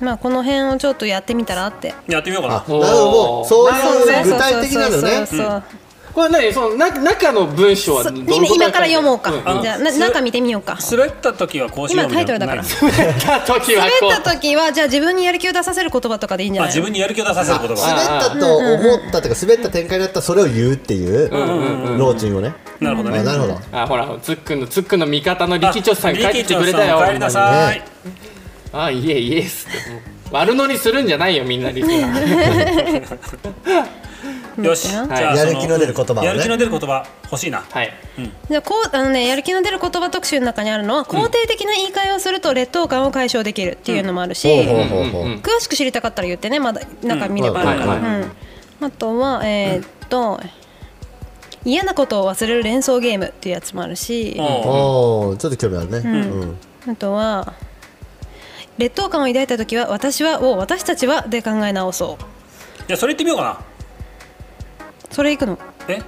[SPEAKER 4] まあこの辺をちょっとやってみたらって
[SPEAKER 5] やってみようか
[SPEAKER 3] あ
[SPEAKER 5] な
[SPEAKER 3] なるほどそう
[SPEAKER 4] そ
[SPEAKER 3] いうう具体的なのね
[SPEAKER 4] そうそうそう
[SPEAKER 2] これ何そのな中の文章はど
[SPEAKER 4] そうう
[SPEAKER 2] いう
[SPEAKER 4] 今
[SPEAKER 2] こと
[SPEAKER 4] 今から読もうか、
[SPEAKER 2] んん
[SPEAKER 4] じゃあ
[SPEAKER 5] あ
[SPEAKER 4] な
[SPEAKER 5] す
[SPEAKER 4] 中見てみようか滑
[SPEAKER 5] 滑った時はこうしようみたいな
[SPEAKER 4] 今タイトルだから
[SPEAKER 5] なる
[SPEAKER 2] 滑った時は
[SPEAKER 4] [laughs]
[SPEAKER 2] こう
[SPEAKER 4] った時はじゃあ自分にやる気を出させる言葉とかでいいんじゃ
[SPEAKER 5] あ
[SPEAKER 4] ない
[SPEAKER 5] 自分にやる気を出させる言葉
[SPEAKER 3] 滑ったと思ったというか滑った展開だったらそれを言うっていうローチンをね
[SPEAKER 5] なるほどね
[SPEAKER 3] あなるほど
[SPEAKER 2] あほらつっくんのつっくんの味方の力長さん帰
[SPEAKER 5] あ
[SPEAKER 2] ってきてくれたよ
[SPEAKER 5] 力長さんお帰りなさい
[SPEAKER 3] ね
[SPEAKER 2] あいえいえっすってもう悪乗りするんじゃないよみんなリスナー
[SPEAKER 5] よし、
[SPEAKER 4] はい
[SPEAKER 5] じゃあ
[SPEAKER 3] やる気の出る言葉をね
[SPEAKER 5] やる気の出る言葉欲しいな。
[SPEAKER 2] はい
[SPEAKER 4] じゃあこうあのねやる気の出る言葉特集の中にあるのは肯定的な言い換えをすると劣等感を解消できるっていうのもある
[SPEAKER 3] ほ
[SPEAKER 4] し、
[SPEAKER 3] うほうほうほう
[SPEAKER 4] 詳しく知りたかったら言ってねまだ中見ればあるから、
[SPEAKER 2] う
[SPEAKER 4] うんんあとはえーっと、嫌なことを忘れる連想ゲームっていうやつもあるし、
[SPEAKER 5] お
[SPEAKER 3] おおちょっと興味あるねうん
[SPEAKER 4] あとは劣等感を抱いた時は私はを私たちはで考え直そう
[SPEAKER 5] じゃあそれ言ってみようか
[SPEAKER 4] それいくの
[SPEAKER 5] な。え？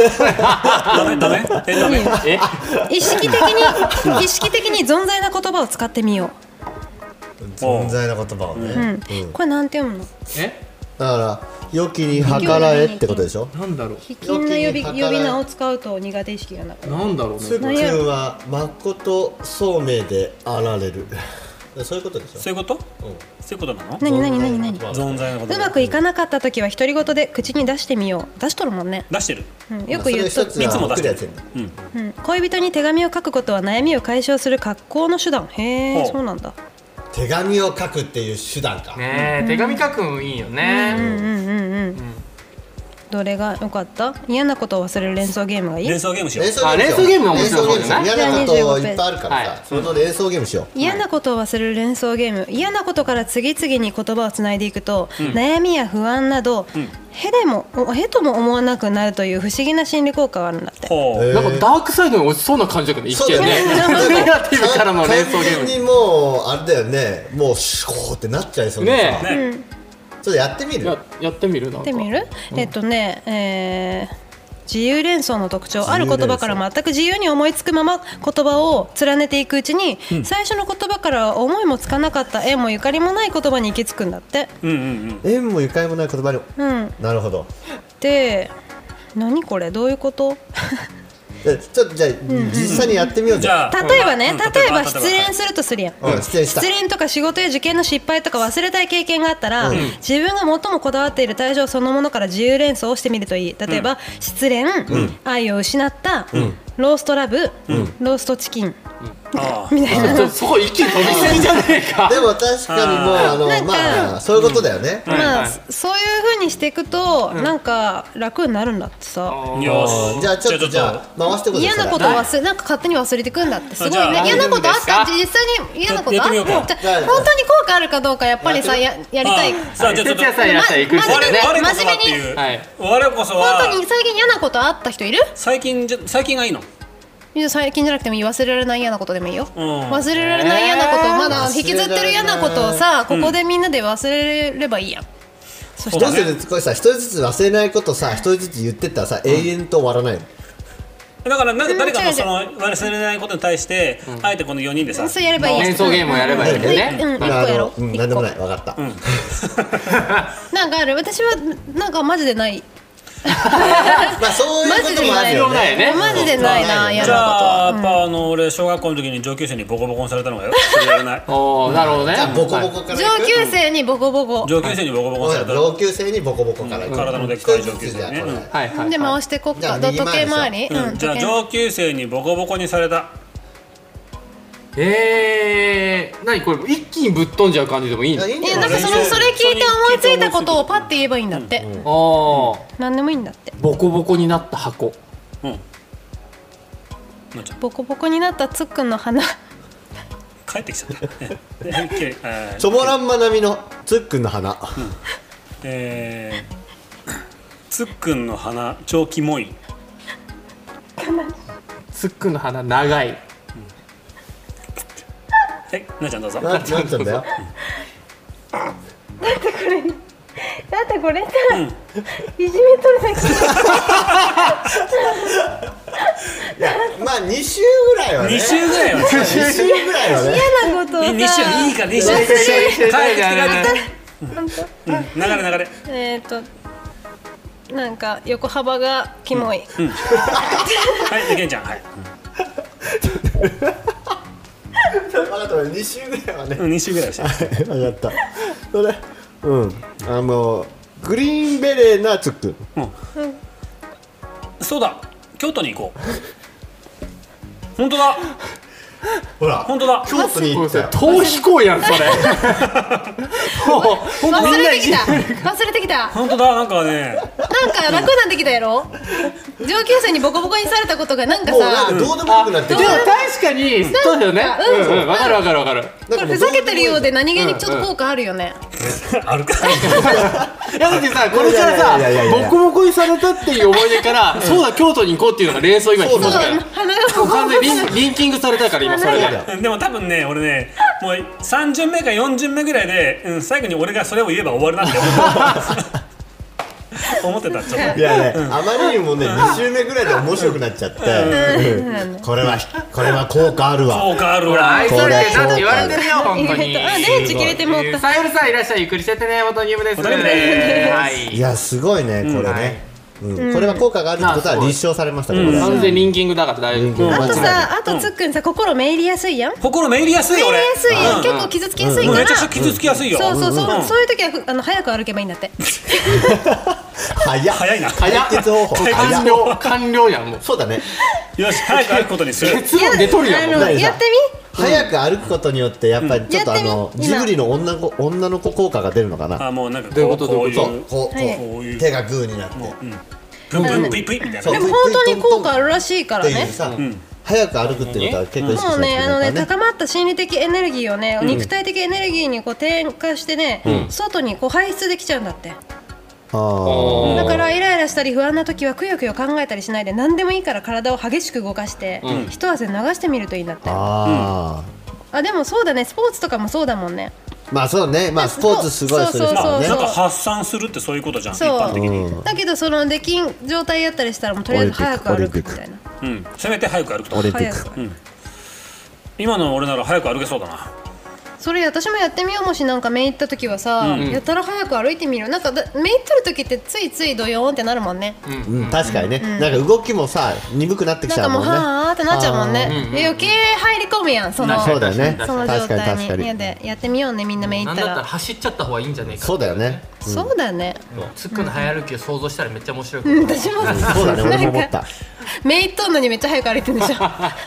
[SPEAKER 5] ダメダメ。えダメ。
[SPEAKER 2] え
[SPEAKER 4] 意識的 [laughs] に意識的に存在な言葉を使ってみよ
[SPEAKER 3] 存在な言葉を
[SPEAKER 4] う、う
[SPEAKER 3] ね
[SPEAKER 4] んこれなんて読むの
[SPEAKER 2] え
[SPEAKER 3] だから良きに計らえってことでしょ
[SPEAKER 2] なんだろう
[SPEAKER 4] 卑近な呼び
[SPEAKER 3] 呼
[SPEAKER 4] 呼
[SPEAKER 3] び名
[SPEAKER 4] び名を使うと苦手意識がなくなる
[SPEAKER 2] なんだろう
[SPEAKER 3] つっ
[SPEAKER 2] ね
[SPEAKER 3] くんは誠聡明であられるそういうことでしょ
[SPEAKER 5] そういうこと？そういうことなの？
[SPEAKER 4] 何何何何
[SPEAKER 5] 存在の言
[SPEAKER 4] う
[SPEAKER 5] 葉。
[SPEAKER 4] まくいかなかった時は独り言で口に出してみよう出しとるもんね、
[SPEAKER 5] 出してる。
[SPEAKER 4] うん、よく言う
[SPEAKER 3] それ
[SPEAKER 4] と
[SPEAKER 3] 一つ
[SPEAKER 5] いつも
[SPEAKER 3] は
[SPEAKER 5] 出
[SPEAKER 3] 送
[SPEAKER 5] し
[SPEAKER 3] る
[SPEAKER 5] て
[SPEAKER 3] や
[SPEAKER 5] る
[SPEAKER 3] つやんだ
[SPEAKER 5] うん。
[SPEAKER 4] うん、恋人に手紙を書くことは悩みを解消する格好の手段へ
[SPEAKER 5] ほ
[SPEAKER 4] え
[SPEAKER 5] う
[SPEAKER 4] そうなんだ
[SPEAKER 3] 手紙を書くっていう手段か
[SPEAKER 2] ねえ手紙書くのいいよ
[SPEAKER 4] う
[SPEAKER 2] ね
[SPEAKER 4] んうんうんうんどれが良かった嫌なことを忘れる連想ゲームがいい
[SPEAKER 5] 連想ゲームしよ
[SPEAKER 3] 連
[SPEAKER 5] う。
[SPEAKER 3] 想ゲーム
[SPEAKER 2] あ連想ゲームは面白そうだよね
[SPEAKER 3] 嫌なこといっぱいあるか
[SPEAKER 2] は
[SPEAKER 3] ら
[SPEAKER 2] い
[SPEAKER 3] さその連想ゲームしよう
[SPEAKER 4] 嫌なことを忘れる連想ゲーム嫌なことから次々に言葉をつないでいくと、悩みや不安など、へでもおへとも思わなくなるという不思議な心理効果があるんだって
[SPEAKER 5] ほう。
[SPEAKER 2] なんかダークサイドに落ちそうな感じだけど一見ね
[SPEAKER 3] そうだ
[SPEAKER 2] ネガティ
[SPEAKER 3] [laughs]
[SPEAKER 2] ブからの連想ゲー
[SPEAKER 3] 完
[SPEAKER 2] ム
[SPEAKER 3] 全にもうあれだよねもうシュコーってなっちゃいそうなさ
[SPEAKER 2] ね
[SPEAKER 5] ね。
[SPEAKER 3] ちょっとやってみる
[SPEAKER 2] ややってみるなん
[SPEAKER 4] やっ
[SPEAKER 2] か
[SPEAKER 4] てみる、えっとね、えー自由連想の特徴ある言葉から全く自由に思いつくまま言葉を連ねていくうちに、最初の言葉から思いもつかなかった縁もゆかりもない言葉に行き着くんだって。
[SPEAKER 5] うんうんうん。
[SPEAKER 3] 縁もゆかりもない言葉に
[SPEAKER 4] うん、
[SPEAKER 3] なるほど
[SPEAKER 4] で何これどういうこと
[SPEAKER 3] えちょっとじゃあ実際にやってみよう
[SPEAKER 5] じ
[SPEAKER 3] じゃ
[SPEAKER 5] ゃ
[SPEAKER 3] あ
[SPEAKER 5] あ。
[SPEAKER 4] 例えばね、
[SPEAKER 5] うん
[SPEAKER 4] 例えば失恋するとするやん、
[SPEAKER 3] うん失礼した
[SPEAKER 4] 失恋とか仕事や受験の失敗とか忘れたい経験があったら、自分が最もこだわっている対象そのものから自由連想をしてみるといい例えば、失恋、愛を失った、ローストラブ、ローストチキン、
[SPEAKER 5] ああ
[SPEAKER 4] みたいな
[SPEAKER 2] ちょっとそこ一気に飛びすぎじゃねえか
[SPEAKER 3] でも確かにもうあ
[SPEAKER 4] な
[SPEAKER 3] の
[SPEAKER 4] んか
[SPEAKER 3] まあそういうことだよね、
[SPEAKER 2] は
[SPEAKER 4] ま
[SPEAKER 2] いは
[SPEAKER 4] あ
[SPEAKER 2] い
[SPEAKER 4] そそういう風にしていくと、なんか楽になるんだってさ
[SPEAKER 5] よし
[SPEAKER 3] じゃあちょっとじゃあ回してください
[SPEAKER 4] 嫌なことを忘れなんか勝手に忘れてくんだってすご
[SPEAKER 5] じゃ
[SPEAKER 4] い
[SPEAKER 5] あ
[SPEAKER 4] ね嫌なことあった
[SPEAKER 2] や
[SPEAKER 4] っ
[SPEAKER 2] って
[SPEAKER 4] て
[SPEAKER 2] み
[SPEAKER 4] 実際に嫌なこと
[SPEAKER 5] や
[SPEAKER 4] あ
[SPEAKER 5] って
[SPEAKER 4] っ
[SPEAKER 5] み
[SPEAKER 4] た
[SPEAKER 5] ようか
[SPEAKER 4] じゃあ本当に効果あるかどうかやっぱりさややりたい
[SPEAKER 5] ああさあじゃあちょっ
[SPEAKER 2] 哲
[SPEAKER 5] と
[SPEAKER 2] 也さんやったら行く人
[SPEAKER 5] 我
[SPEAKER 2] ね
[SPEAKER 5] 我こそはっていう、
[SPEAKER 2] はい
[SPEAKER 5] 我こそ
[SPEAKER 4] 本当
[SPEAKER 5] は
[SPEAKER 4] に最近嫌なことあった人いる
[SPEAKER 5] 最近じゃ最近がいいの
[SPEAKER 4] いや最近じゃなくてもいい忘れられない嫌なことでもいいよ、
[SPEAKER 5] ん
[SPEAKER 4] 忘れられない嫌なこと、
[SPEAKER 2] えー
[SPEAKER 4] まだ引きずってる嫌なことをさここでみんなで忘れればいいやん、そし
[SPEAKER 5] そう
[SPEAKER 4] た
[SPEAKER 3] ど
[SPEAKER 4] ら
[SPEAKER 3] うするこれさ一人ずつ忘れないことさ一人ずつ言ってったらさ、永遠と終わらないの
[SPEAKER 5] だからなんか誰か
[SPEAKER 4] うん違
[SPEAKER 5] の
[SPEAKER 4] う
[SPEAKER 5] その忘れないことに対して、あえてこの4人でさ、
[SPEAKER 4] そうやればいい
[SPEAKER 2] 連想ゲームをやればいいんだよね
[SPEAKER 4] うん、一個やろ
[SPEAKER 3] うん、
[SPEAKER 4] 一
[SPEAKER 3] なんでも
[SPEAKER 4] 個
[SPEAKER 3] ない分かった、
[SPEAKER 4] なんかある私はなんかマジでない
[SPEAKER 3] まあそういうこともあるよ
[SPEAKER 2] マジでない
[SPEAKER 3] ね
[SPEAKER 2] よね
[SPEAKER 4] マジでないな
[SPEAKER 3] うん
[SPEAKER 4] 嫌
[SPEAKER 5] じ
[SPEAKER 4] なこ
[SPEAKER 5] ゃ
[SPEAKER 4] とは
[SPEAKER 5] あやっぱあの俺小学校の時に上級生にボコボコにされたのがよ忘れら
[SPEAKER 3] [laughs]
[SPEAKER 5] れない
[SPEAKER 2] おおなるほどね
[SPEAKER 3] じゃあボコボコから
[SPEAKER 4] 上
[SPEAKER 3] いく
[SPEAKER 4] 級生にボコボコ
[SPEAKER 5] 上級生にボコボコにされたの
[SPEAKER 3] 上級生にボコボコからいく、
[SPEAKER 5] 体のでっかい上級生
[SPEAKER 3] 一
[SPEAKER 5] ね
[SPEAKER 3] 人ずつじゃあこれ
[SPEAKER 5] うん
[SPEAKER 2] はいはいはい
[SPEAKER 4] で回してこっ
[SPEAKER 3] じゃ
[SPEAKER 4] か
[SPEAKER 3] あ
[SPEAKER 4] ど
[SPEAKER 3] 右
[SPEAKER 4] 時計回
[SPEAKER 3] 回
[SPEAKER 4] り
[SPEAKER 3] り
[SPEAKER 5] うん
[SPEAKER 4] うん
[SPEAKER 5] じゃあ
[SPEAKER 4] 時計回
[SPEAKER 5] 上級生にボコボコにされた
[SPEAKER 2] えー、何これ一気にぶっ飛んじゃう感じでもいいの
[SPEAKER 3] いやいいん
[SPEAKER 4] り
[SPEAKER 3] じ
[SPEAKER 4] え
[SPEAKER 3] ゃ
[SPEAKER 4] な
[SPEAKER 3] なんい
[SPEAKER 4] かそのそれ聞いて思いついたことをパッて言えばいいんだって、
[SPEAKER 2] ああ、
[SPEAKER 4] なんでもいいんだって
[SPEAKER 2] ボコボコになった箱
[SPEAKER 5] うんなんちゃん
[SPEAKER 4] ボコボコになったつっくんの鼻
[SPEAKER 5] 帰ってきちゃった
[SPEAKER 3] [laughs]
[SPEAKER 5] えきれいえー
[SPEAKER 3] チョモランマナミのつっくんの花、
[SPEAKER 5] えーつっくんの鼻超キモい
[SPEAKER 2] つっくんの鼻長い
[SPEAKER 5] えなちゃんどうぞ
[SPEAKER 3] ななんちゃんだよ
[SPEAKER 4] だってこれさ、いじめとるだけ
[SPEAKER 3] いやまあ2週ぐらいはね
[SPEAKER 5] 2週ぐらいは
[SPEAKER 3] 2週ぐらいはね
[SPEAKER 4] 嫌なことをさ
[SPEAKER 5] 2週いいから2週
[SPEAKER 2] 一緒一
[SPEAKER 5] 帰
[SPEAKER 2] 緒一緒
[SPEAKER 5] ってきて帰ってきて
[SPEAKER 4] 本当
[SPEAKER 5] 流れ流れ
[SPEAKER 4] えっ、ー、となんか横幅がキモい、
[SPEAKER 5] はいいけんちゃんはい
[SPEAKER 3] 分かった2週ぐらいは
[SPEAKER 5] [laughs]
[SPEAKER 3] ね
[SPEAKER 5] 2週ぐらいはして
[SPEAKER 3] 分かったそれうんあのグリーンベレーなつっくん
[SPEAKER 5] そうだ京都に行こう本当だ
[SPEAKER 3] ほら
[SPEAKER 5] 本当だ
[SPEAKER 3] 京都に行ったよ
[SPEAKER 2] 逃避行やんそれ
[SPEAKER 4] 忘
[SPEAKER 2] もうみんな
[SPEAKER 4] れて
[SPEAKER 2] 一
[SPEAKER 4] きた忘れてきた
[SPEAKER 5] 本当だなんかね
[SPEAKER 4] なんか楽になってきたやろ上級生にボコボコにされたことがなんか
[SPEAKER 3] もうなん
[SPEAKER 4] さ
[SPEAKER 3] かどうでもよくなって
[SPEAKER 2] で
[SPEAKER 3] き
[SPEAKER 2] も
[SPEAKER 3] た
[SPEAKER 2] 確かにそうだよね
[SPEAKER 4] うん
[SPEAKER 2] うんうんわかるわかるわかる
[SPEAKER 4] これふざけてるようで何気にちょっ
[SPEAKER 2] うん
[SPEAKER 4] と効果あるよね、
[SPEAKER 5] あるか
[SPEAKER 2] いやだってさこれからさ
[SPEAKER 3] いやいやいやいやいや
[SPEAKER 2] ボコボコにされたっていう思い出からそうだ京都に行こうっていうのが連想今引っ
[SPEAKER 3] う
[SPEAKER 2] 越
[SPEAKER 3] ん
[SPEAKER 2] し
[SPEAKER 4] そう
[SPEAKER 2] たよ
[SPEAKER 4] 鼻がボコ
[SPEAKER 2] もう
[SPEAKER 4] ボコ
[SPEAKER 2] 完全にリンリンキングされたから今それ
[SPEAKER 5] [laughs]
[SPEAKER 2] で
[SPEAKER 5] でも多分ね俺ねもう3巡目か4巡目ぐらいで、うん、最後に俺がそれを言えば終わるなって思って思ってたちょっ
[SPEAKER 3] いやね、あまりにもね、2週目ぐらいで面白くなっちゃって、うんこれは、これは効果ある
[SPEAKER 5] と効
[SPEAKER 3] わ。
[SPEAKER 5] 果ある
[SPEAKER 2] ほら
[SPEAKER 5] わ
[SPEAKER 2] 愛されてるなって言われてるよ本当
[SPEAKER 4] 意外
[SPEAKER 2] に
[SPEAKER 4] とあ電池切れてもう
[SPEAKER 2] えー
[SPEAKER 4] た
[SPEAKER 2] さよるさんいらっしゃいゆっくりしてってねボトニウムです
[SPEAKER 5] ボトニウムです
[SPEAKER 2] はい
[SPEAKER 3] いや、すごいね、これね。うんこれは効果があるってことは立証されました、これは。
[SPEAKER 2] 完全にリンキングだから大丈
[SPEAKER 3] リンキン
[SPEAKER 2] 夫
[SPEAKER 3] グ
[SPEAKER 4] あ
[SPEAKER 3] 間
[SPEAKER 4] と
[SPEAKER 3] 違いない
[SPEAKER 4] さあとつっくんさ心めいりやすいやんめ
[SPEAKER 5] 心めいりやすい
[SPEAKER 4] いり
[SPEAKER 5] 俺
[SPEAKER 4] やすいやん、
[SPEAKER 5] うん
[SPEAKER 4] 結構傷つきやすい
[SPEAKER 5] もう
[SPEAKER 4] か
[SPEAKER 5] め
[SPEAKER 4] ら、
[SPEAKER 5] ちゃくちゃ傷つきやすいよ、
[SPEAKER 4] そうそうそう、
[SPEAKER 5] うん
[SPEAKER 4] そういう時はふあの早く歩けばいいんだって
[SPEAKER 3] 早っ
[SPEAKER 5] 早いな
[SPEAKER 3] 解決方法
[SPEAKER 2] 完
[SPEAKER 3] 早っ
[SPEAKER 2] 了完了やんもう
[SPEAKER 3] そうだね。
[SPEAKER 5] よし早く歩くことにする
[SPEAKER 2] 結論出とるやんもう
[SPEAKER 4] あの
[SPEAKER 3] 大丈夫
[SPEAKER 4] やって
[SPEAKER 3] 早く歩くことによって、やっぱりちょっとあの、
[SPEAKER 4] うんやってみ
[SPEAKER 3] ジブリの女の子女の子効果が出るのかな。
[SPEAKER 5] あもうなんかこう
[SPEAKER 2] どういうこと
[SPEAKER 5] こうい
[SPEAKER 2] どう
[SPEAKER 3] そう
[SPEAKER 5] う、
[SPEAKER 3] こう、
[SPEAKER 4] はい
[SPEAKER 3] こう、手がグーになって。
[SPEAKER 5] ブンブンプイプイみたいな
[SPEAKER 3] そう
[SPEAKER 4] みで
[SPEAKER 5] ね
[SPEAKER 4] も本当に効果あるらしいから
[SPEAKER 3] っていう
[SPEAKER 4] ね
[SPEAKER 3] さ、早く歩くっていうことは結構意識
[SPEAKER 4] も
[SPEAKER 3] しない
[SPEAKER 4] う
[SPEAKER 3] とい
[SPEAKER 4] ね
[SPEAKER 3] け
[SPEAKER 4] あの
[SPEAKER 3] ない
[SPEAKER 4] ね
[SPEAKER 3] からね。
[SPEAKER 4] 高まった心理的エネルギーをね、肉体的エネルギーにこう転化してね、外にこう排出できちゃうんだって
[SPEAKER 3] あ
[SPEAKER 4] だからイライラしたり不安な時はくよくよ考えたりしないで何でもいいから体を激しく動かして、一汗流してみるといいんだって
[SPEAKER 3] ー
[SPEAKER 4] あ
[SPEAKER 3] あー。
[SPEAKER 4] でもそうだねスポーツとかもそうだもんね
[SPEAKER 3] まあそうね、まあスポーツすごいする人
[SPEAKER 4] そ
[SPEAKER 3] も
[SPEAKER 4] う
[SPEAKER 3] ね
[SPEAKER 5] なんか発散するってそういうことじゃん一
[SPEAKER 4] そう
[SPEAKER 5] 般的に、うん
[SPEAKER 4] だけどそのできん状態やったりしたらもうとりあえず早く歩くみたいな
[SPEAKER 5] せめて早く歩くと
[SPEAKER 3] オリンピ
[SPEAKER 4] 早
[SPEAKER 3] ック。
[SPEAKER 4] く
[SPEAKER 5] 今の俺なら早く歩けそうだな
[SPEAKER 4] それ私もやってみようもしなんか目いった時はさ、やたら早く歩いてみるなんかだ目いっとる時ってついついドヨーンってなるもんね、
[SPEAKER 3] うん、確かにね、なんか動きもさ、鈍くなってき
[SPEAKER 4] な
[SPEAKER 3] ちゃ
[SPEAKER 4] んか
[SPEAKER 3] う
[SPEAKER 4] も
[SPEAKER 3] も
[SPEAKER 4] うんは
[SPEAKER 3] ね。
[SPEAKER 4] ーってなっちゃうもんね、で余計入り込むやんその
[SPEAKER 3] そうだよね。
[SPEAKER 4] その
[SPEAKER 3] 確
[SPEAKER 4] 状
[SPEAKER 3] か
[SPEAKER 4] 態
[SPEAKER 3] に
[SPEAKER 4] に
[SPEAKER 3] 確か
[SPEAKER 4] や
[SPEAKER 3] に。
[SPEAKER 4] でやってみようねみんな目いっ
[SPEAKER 2] なん
[SPEAKER 4] た
[SPEAKER 2] だったら
[SPEAKER 4] ら
[SPEAKER 2] 走っちゃった方がいいんじゃねえか
[SPEAKER 3] そうだよ
[SPEAKER 4] [laughs]
[SPEAKER 3] ね。
[SPEAKER 4] そうだよね
[SPEAKER 2] つっくんの早歩きを想像したらめっちゃ面白い
[SPEAKER 4] うん私も
[SPEAKER 3] そうだね、俺も思った。
[SPEAKER 4] メイトンのにめっちゃ早く歩いてるんでしょ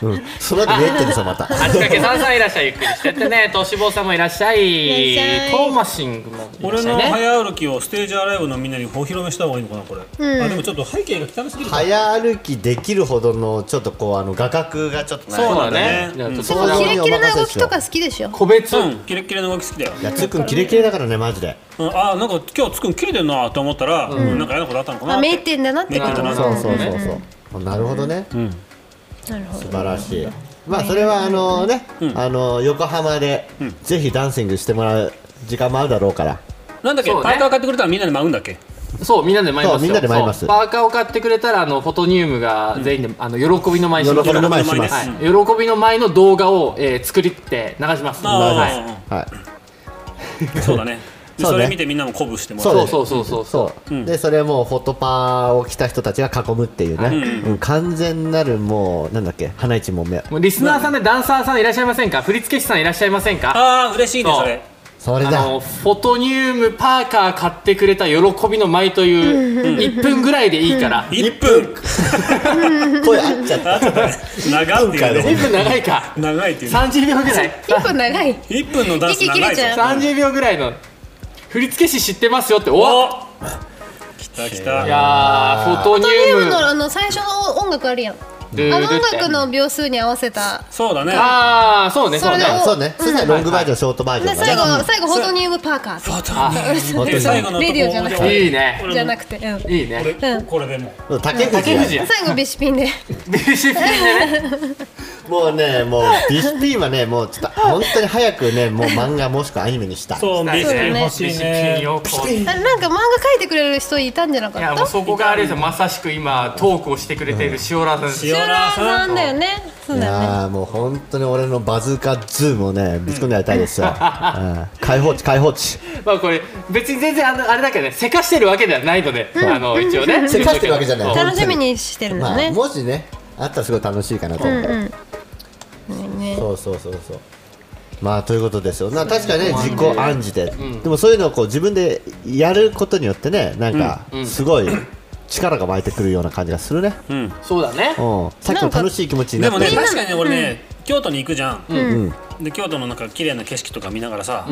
[SPEAKER 3] うんその後見えてるさまた
[SPEAKER 2] 八掛さんさんいらっしゃいゆっくりしてってねとしぼうさんもいらっしゃい
[SPEAKER 4] いらっしゃい
[SPEAKER 2] トーマシングもいらっ
[SPEAKER 5] 俺
[SPEAKER 2] しゃい
[SPEAKER 5] の
[SPEAKER 2] ね
[SPEAKER 5] 早歩きをステージアライブのみんなにお披露目した方がいいのかなこれ、あでもちょっと背景が汚すぎるか
[SPEAKER 3] 早歩きできるほどのちょっとこうあの画角がちょっとない
[SPEAKER 5] そう
[SPEAKER 2] そうだ
[SPEAKER 5] う
[SPEAKER 2] ね
[SPEAKER 5] ん
[SPEAKER 2] じゃあちょっと
[SPEAKER 4] で
[SPEAKER 2] そ
[SPEAKER 4] も
[SPEAKER 2] れは
[SPEAKER 4] キレキレな動きとか好きでしょ
[SPEAKER 2] 個別
[SPEAKER 5] うんキレッキレの動き好きだよ、
[SPEAKER 3] いやつっくんキレキレだからねマジで
[SPEAKER 5] うん、あーなんか今日つくん切れてるなと思ったら、うんなんか嫌なことあったのかな
[SPEAKER 4] あ
[SPEAKER 5] って
[SPEAKER 4] 名店だなってこ
[SPEAKER 5] 名
[SPEAKER 4] と
[SPEAKER 5] 店
[SPEAKER 3] そう
[SPEAKER 5] だ
[SPEAKER 4] な
[SPEAKER 5] な
[SPEAKER 3] そうそうそうなるほどね
[SPEAKER 4] るほど
[SPEAKER 3] 素晴らしいまあそれはあのねあの横浜でぜひダンシングしてもらう時間もあるだろうから
[SPEAKER 5] なんだっけ、
[SPEAKER 2] そうね
[SPEAKER 5] パーカー買ってくれたらみんなで舞うんだっけ
[SPEAKER 2] そうみんなで舞います
[SPEAKER 3] そ
[SPEAKER 2] よ
[SPEAKER 3] うみんなで舞います
[SPEAKER 2] そうパーカーを買ってくれたらあのフォトニウムが全員で、あの喜びの舞いします
[SPEAKER 3] 喜びの舞いします
[SPEAKER 2] は
[SPEAKER 5] 喜びの舞ね
[SPEAKER 2] い、喜びの舞の動画を、えー、作りって流します
[SPEAKER 5] あー
[SPEAKER 2] はい
[SPEAKER 3] はい
[SPEAKER 5] うんそうだねで
[SPEAKER 3] そう
[SPEAKER 5] そ
[SPEAKER 3] ね
[SPEAKER 5] れ見てみんなも鼓舞してもら
[SPEAKER 3] そうう
[SPEAKER 2] そ
[SPEAKER 3] だ
[SPEAKER 2] う
[SPEAKER 3] ね
[SPEAKER 2] そうそうそうそう
[SPEAKER 3] そう、でそれはもうフォトパーを着た人たちが囲むっていうね、うん完全なるもうなんだっけ花一も目
[SPEAKER 2] もうリスナーさんでダンサーさんいらっしゃいませんか振付師さんいらっしゃいませんか
[SPEAKER 5] ああ嬉しいね
[SPEAKER 2] そう
[SPEAKER 5] それ
[SPEAKER 3] それ
[SPEAKER 2] あ
[SPEAKER 3] だ
[SPEAKER 2] のフォトニウムパーカー買ってくれた喜びの舞という1分ぐらいでいいから
[SPEAKER 5] 1分
[SPEAKER 3] 声合っちゃった
[SPEAKER 5] 長っていうね
[SPEAKER 2] 1分長いか
[SPEAKER 5] 長いっていうね
[SPEAKER 2] 30秒ぐらい
[SPEAKER 4] 一分長い
[SPEAKER 5] 1分のダンス
[SPEAKER 4] 息切
[SPEAKER 5] 長
[SPEAKER 4] れ
[SPEAKER 5] い
[SPEAKER 4] ち
[SPEAKER 5] ぞ
[SPEAKER 4] ゃう
[SPEAKER 2] 30秒ぐらいの振付師知ってますよってお
[SPEAKER 5] お
[SPEAKER 2] い
[SPEAKER 5] 来た来た
[SPEAKER 2] やーフォトニ
[SPEAKER 4] トリウ
[SPEAKER 2] ウ
[SPEAKER 4] ム
[SPEAKER 2] ム
[SPEAKER 4] のあの最初の音楽あるやんあ
[SPEAKER 2] ルー
[SPEAKER 4] の
[SPEAKER 2] ル
[SPEAKER 4] 音
[SPEAKER 2] って
[SPEAKER 4] 楽の秒数に合わせた
[SPEAKER 5] そうだね
[SPEAKER 2] ああそうねそうね
[SPEAKER 4] それを
[SPEAKER 3] そうねそしたらロングバージョンショートバージョ
[SPEAKER 4] で
[SPEAKER 3] ンだね
[SPEAKER 4] 最後最後ホトニウムパーカー
[SPEAKER 5] バトン
[SPEAKER 3] 本当
[SPEAKER 5] で
[SPEAKER 3] に
[SPEAKER 5] 最後のとこ
[SPEAKER 4] レディオじゃなく
[SPEAKER 2] い
[SPEAKER 4] て
[SPEAKER 2] いね
[SPEAKER 4] じゃなくて、うん
[SPEAKER 2] いいね
[SPEAKER 5] 俺
[SPEAKER 4] うん
[SPEAKER 5] これでもう
[SPEAKER 3] うん竹藤
[SPEAKER 2] 竹藤
[SPEAKER 3] や
[SPEAKER 2] や
[SPEAKER 4] 最後ビシピンで
[SPEAKER 2] ビシッピンでね
[SPEAKER 3] もうねもうビシピンはねもうちょっと本当に早くねもう漫画もしくはアニメにしたい
[SPEAKER 5] そうビスピン欲し
[SPEAKER 2] ビ
[SPEAKER 5] い
[SPEAKER 2] シッピ
[SPEAKER 5] ね
[SPEAKER 2] ンをこう
[SPEAKER 4] あなんか漫画描いてくれる人いたんじゃないか
[SPEAKER 2] や
[SPEAKER 4] っ
[SPEAKER 2] もう
[SPEAKER 4] た
[SPEAKER 2] そこがあれですよまさしく今トークをしてくれている塩ラさんです
[SPEAKER 5] 塩
[SPEAKER 4] シュラーさんだよねそう
[SPEAKER 3] い
[SPEAKER 4] だよね
[SPEAKER 3] やーもう本当に俺のバズーカズームをねぶち込んでやりたいですよ、うん、解放地解放地
[SPEAKER 2] まあこれ別に全然あのあれだけどねせかしてるわけではないので、あの一応ね
[SPEAKER 3] せかしてるわけじゃない
[SPEAKER 2] そう
[SPEAKER 4] 楽しみにしてるんだ
[SPEAKER 3] まあ
[SPEAKER 4] ね
[SPEAKER 3] もしねあったらすごい楽しいかなと思って、
[SPEAKER 4] ね
[SPEAKER 3] そうそうそうそうまあということですよな確かにね自己暗示で、でもそういうのをこう自分でやることによってねなんかすごい力が湧いてくるような感じがするね、うん
[SPEAKER 2] そうだね
[SPEAKER 3] さっきの楽しい気持ちにな
[SPEAKER 5] で
[SPEAKER 3] って
[SPEAKER 5] もね確かにね俺ね京都に行くじゃん
[SPEAKER 3] うん、
[SPEAKER 5] で京都のなんか綺麗な景色とか見ながらさ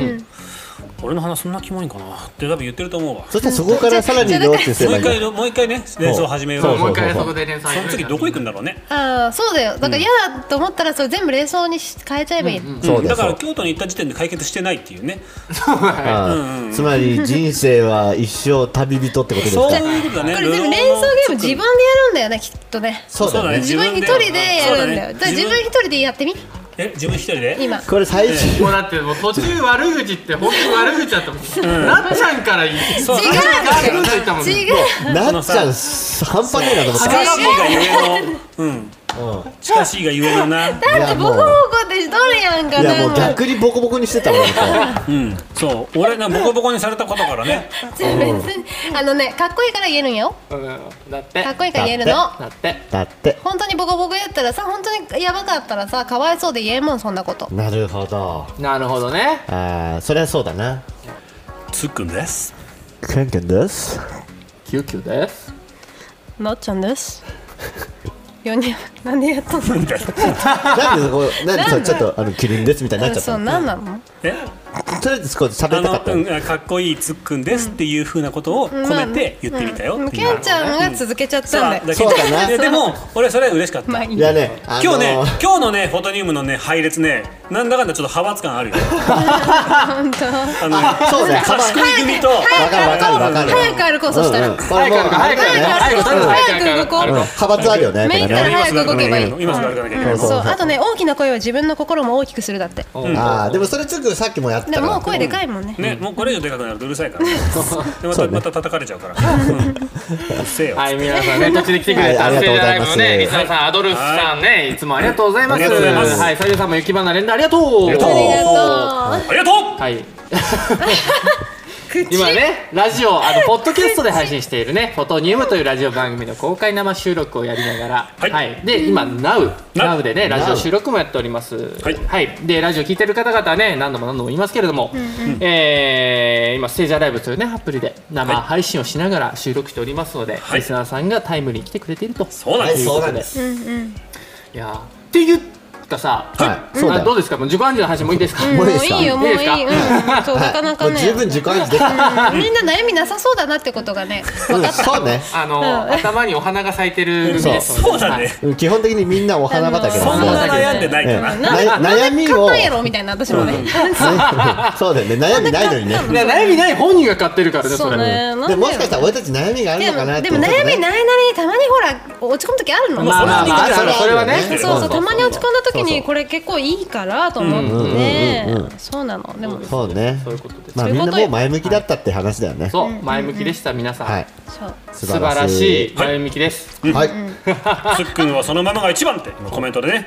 [SPEAKER 5] 俺の鼻そんなキモいんかなって多分言ってると思うわ
[SPEAKER 3] そしてそこからさらに両手すれ
[SPEAKER 5] も
[SPEAKER 3] ば
[SPEAKER 5] う
[SPEAKER 3] いい
[SPEAKER 5] 一
[SPEAKER 3] んだ
[SPEAKER 5] 回もう一回ね連想始めよう
[SPEAKER 3] そう
[SPEAKER 2] もう一
[SPEAKER 5] そ
[SPEAKER 2] 回そこで連載
[SPEAKER 5] の次どこ行くんだろうね
[SPEAKER 4] ああそうだよだから嫌だと思ったらそれ全部冷蔵にし変えちゃえばいい、
[SPEAKER 3] そうで
[SPEAKER 5] だ
[SPEAKER 3] す
[SPEAKER 5] から京都に行った時点で解決してないっていうね
[SPEAKER 3] ああつまり人生は一生旅人ってことですか
[SPEAKER 5] そういうことだね
[SPEAKER 4] これ全部連想ゲーム自分でやるんだよねきっとね
[SPEAKER 3] そうだね
[SPEAKER 5] そうだね
[SPEAKER 4] 自分一人でやるんだよ
[SPEAKER 5] そうだね
[SPEAKER 4] だから自分一人でやってみ
[SPEAKER 5] え自分一人で
[SPEAKER 4] 今
[SPEAKER 3] これ最終
[SPEAKER 2] もうだってもう途中悪口って本当に悪口だったもん、なっちゃんから言い
[SPEAKER 5] そう
[SPEAKER 4] 違
[SPEAKER 5] 違う
[SPEAKER 2] 悪口言ったもん
[SPEAKER 4] う違う
[SPEAKER 3] なっちゃん半端ねえなと思っ
[SPEAKER 5] 近しいがゆえのうん
[SPEAKER 3] た、うん
[SPEAKER 5] 近しいがゆえの
[SPEAKER 4] [laughs]
[SPEAKER 5] な
[SPEAKER 3] や
[SPEAKER 4] だってボコボコってしとるやんか
[SPEAKER 3] いや
[SPEAKER 4] な
[SPEAKER 3] も
[SPEAKER 4] ん
[SPEAKER 3] う
[SPEAKER 4] か
[SPEAKER 3] 逆にボコボコにしてたもんね
[SPEAKER 5] うんそう俺なボコボコにされたことからね
[SPEAKER 4] 別に [laughs] あのねかっこいいから言えるんよ
[SPEAKER 2] うん、だって
[SPEAKER 4] かっこいいから言えるの
[SPEAKER 2] だって
[SPEAKER 3] だって
[SPEAKER 4] 本当にボコボコやったらさ本当にやばかったらさかわいそうで言えんもんそんなこと
[SPEAKER 3] なるほど
[SPEAKER 2] なるほどね
[SPEAKER 3] ああそりゃそうだな
[SPEAKER 5] つっくんです
[SPEAKER 3] ケンケンです
[SPEAKER 2] キュキュです
[SPEAKER 4] なっちゃん [laughs] です4人なんでやったの
[SPEAKER 3] なんでそこなんでそ
[SPEAKER 4] なん
[SPEAKER 3] れ
[SPEAKER 4] で
[SPEAKER 3] ちょっとあのキリンですみたいになっちゃっ
[SPEAKER 4] そう
[SPEAKER 3] た
[SPEAKER 4] なんなの
[SPEAKER 5] え
[SPEAKER 3] のとりあえずそこで喋
[SPEAKER 5] あ
[SPEAKER 3] りたか
[SPEAKER 5] の
[SPEAKER 3] った
[SPEAKER 5] う
[SPEAKER 3] の
[SPEAKER 5] んかっこいいつっくんですっていう風なことを込めて言ってみたよっていう
[SPEAKER 4] ケンちゃんが続けちゃっ
[SPEAKER 5] そう
[SPEAKER 4] たん
[SPEAKER 5] だ
[SPEAKER 4] だよ
[SPEAKER 5] けど
[SPEAKER 3] そうだない
[SPEAKER 5] やでも俺それは嬉しかった
[SPEAKER 4] まあいい
[SPEAKER 3] いやねあのー
[SPEAKER 5] 今日ね今日のねフォトニウムのね配列ねなんだかんだちょっと派閥感あるよ
[SPEAKER 3] [laughs]
[SPEAKER 5] あ
[SPEAKER 4] 本当
[SPEAKER 5] のね
[SPEAKER 3] そうね
[SPEAKER 5] 賢い組と
[SPEAKER 3] わかるわかるわかる
[SPEAKER 4] 早く歩こうそしたら
[SPEAKER 3] うんうんこれ
[SPEAKER 2] 早
[SPEAKER 3] もう
[SPEAKER 2] く歩こう
[SPEAKER 3] あれだよ
[SPEAKER 2] 早く
[SPEAKER 3] ね
[SPEAKER 2] 歩こ
[SPEAKER 4] 早く歩こ
[SPEAKER 2] う
[SPEAKER 4] う
[SPEAKER 3] うん派閥あるよね
[SPEAKER 4] メイン
[SPEAKER 3] これ
[SPEAKER 4] から
[SPEAKER 3] ね
[SPEAKER 4] 早く動けばいい
[SPEAKER 5] 今すぐ歩かなきゃいけない
[SPEAKER 4] うん
[SPEAKER 3] そうそう
[SPEAKER 4] そう
[SPEAKER 3] そう
[SPEAKER 4] あとね大きな声は自分の心も大きくするだって
[SPEAKER 3] ああでもそれちょっとさっきもやって
[SPEAKER 4] で
[SPEAKER 3] たか
[SPEAKER 4] ももう
[SPEAKER 3] ら
[SPEAKER 4] 声でかいもんね
[SPEAKER 5] ね、もうこれ以上でかくなるとうるさいから、ね、でまた、また叩かれちゃうから、うんうっせえよ、
[SPEAKER 2] はい皆さんね途中で来てくれた
[SPEAKER 3] はいありがとうござい
[SPEAKER 2] ス
[SPEAKER 3] ま
[SPEAKER 2] テー
[SPEAKER 3] す
[SPEAKER 2] ジライブのねリスナーさんアドルフさんねいつもありがとうございます
[SPEAKER 5] ありがとうございます
[SPEAKER 2] はいさゆりさんも雪花連打ありがとう
[SPEAKER 5] ありがとう
[SPEAKER 4] ありがとう
[SPEAKER 5] ありがとう
[SPEAKER 2] はい。今ねラジオあのポッドキャストで配信しているね「フォトニウム」というラジオ番組の公開生収録をやりながら、
[SPEAKER 5] はい
[SPEAKER 2] で今「NOW」
[SPEAKER 5] Now
[SPEAKER 2] Now でねラジオ収録もやっております
[SPEAKER 5] はい
[SPEAKER 2] でラジオ聞いてる方々はね何度も何度も言いますけれども、えー今ステージアライブというねアプリで生配信をしながら収録しておりますので、
[SPEAKER 5] はい
[SPEAKER 2] リスナーさんがタイムに来てくれていると
[SPEAKER 5] そう
[SPEAKER 3] は
[SPEAKER 5] なんで
[SPEAKER 3] い、
[SPEAKER 5] すよ、
[SPEAKER 3] そうなんです。
[SPEAKER 4] うんうん
[SPEAKER 2] いやーっていうかさ、
[SPEAKER 3] はい、そうだ
[SPEAKER 2] あ
[SPEAKER 3] よ。
[SPEAKER 2] どうですかもう自己暗示の話もういいですか、
[SPEAKER 4] うんも
[SPEAKER 3] もうい
[SPEAKER 4] う
[SPEAKER 3] いですか
[SPEAKER 4] いいよもういい
[SPEAKER 2] いいですか
[SPEAKER 4] うんそうなかなか
[SPEAKER 3] もう
[SPEAKER 4] ね
[SPEAKER 3] 十分受感できた。
[SPEAKER 4] うんみんな悩みなさそうだなってことがね
[SPEAKER 3] う
[SPEAKER 4] 分
[SPEAKER 3] ん
[SPEAKER 4] かった
[SPEAKER 3] そうね。
[SPEAKER 2] あの、頭にお花が咲いてる
[SPEAKER 3] そう
[SPEAKER 5] そうだね、
[SPEAKER 3] うん基本的にみんなお [laughs] 花畑
[SPEAKER 5] そ
[SPEAKER 3] なんんで。
[SPEAKER 5] な悩んでないかな、
[SPEAKER 3] ええ
[SPEAKER 4] な
[SPEAKER 3] な悩み
[SPEAKER 4] 買っ
[SPEAKER 3] を
[SPEAKER 4] たんやろみたいな私もね [laughs]
[SPEAKER 3] ねそうだよね悩みないのにね
[SPEAKER 2] いや悩みない本人が買ってるからねそ
[SPEAKER 4] そう
[SPEAKER 2] れ
[SPEAKER 4] ねなん
[SPEAKER 3] で
[SPEAKER 4] で
[SPEAKER 3] もしかしたら俺たち悩みがある
[SPEAKER 4] で
[SPEAKER 3] のかな
[SPEAKER 4] も
[SPEAKER 3] って
[SPEAKER 4] でも悩みない
[SPEAKER 3] い
[SPEAKER 4] なりにたまにほら落ち込む時あるの
[SPEAKER 2] まあまあまあ
[SPEAKER 3] それは
[SPEAKER 2] それはね
[SPEAKER 3] それ
[SPEAKER 4] そうそうたまに落ち込んだ時
[SPEAKER 3] そうそ
[SPEAKER 4] に
[SPEAKER 3] う
[SPEAKER 4] これ結構いいからと思って
[SPEAKER 3] うんうんうん
[SPEAKER 4] ね
[SPEAKER 3] うん
[SPEAKER 4] そうなのでも
[SPEAKER 3] そうね
[SPEAKER 2] そういうことです、
[SPEAKER 3] まあみんなもう前向きだったって話だよね
[SPEAKER 2] そう前向きでした皆さん、
[SPEAKER 3] はい
[SPEAKER 4] そう
[SPEAKER 2] 素晴らしい
[SPEAKER 5] はい
[SPEAKER 2] 前向きです、
[SPEAKER 3] はい
[SPEAKER 5] つっくんはそのままが一番ってコメントでね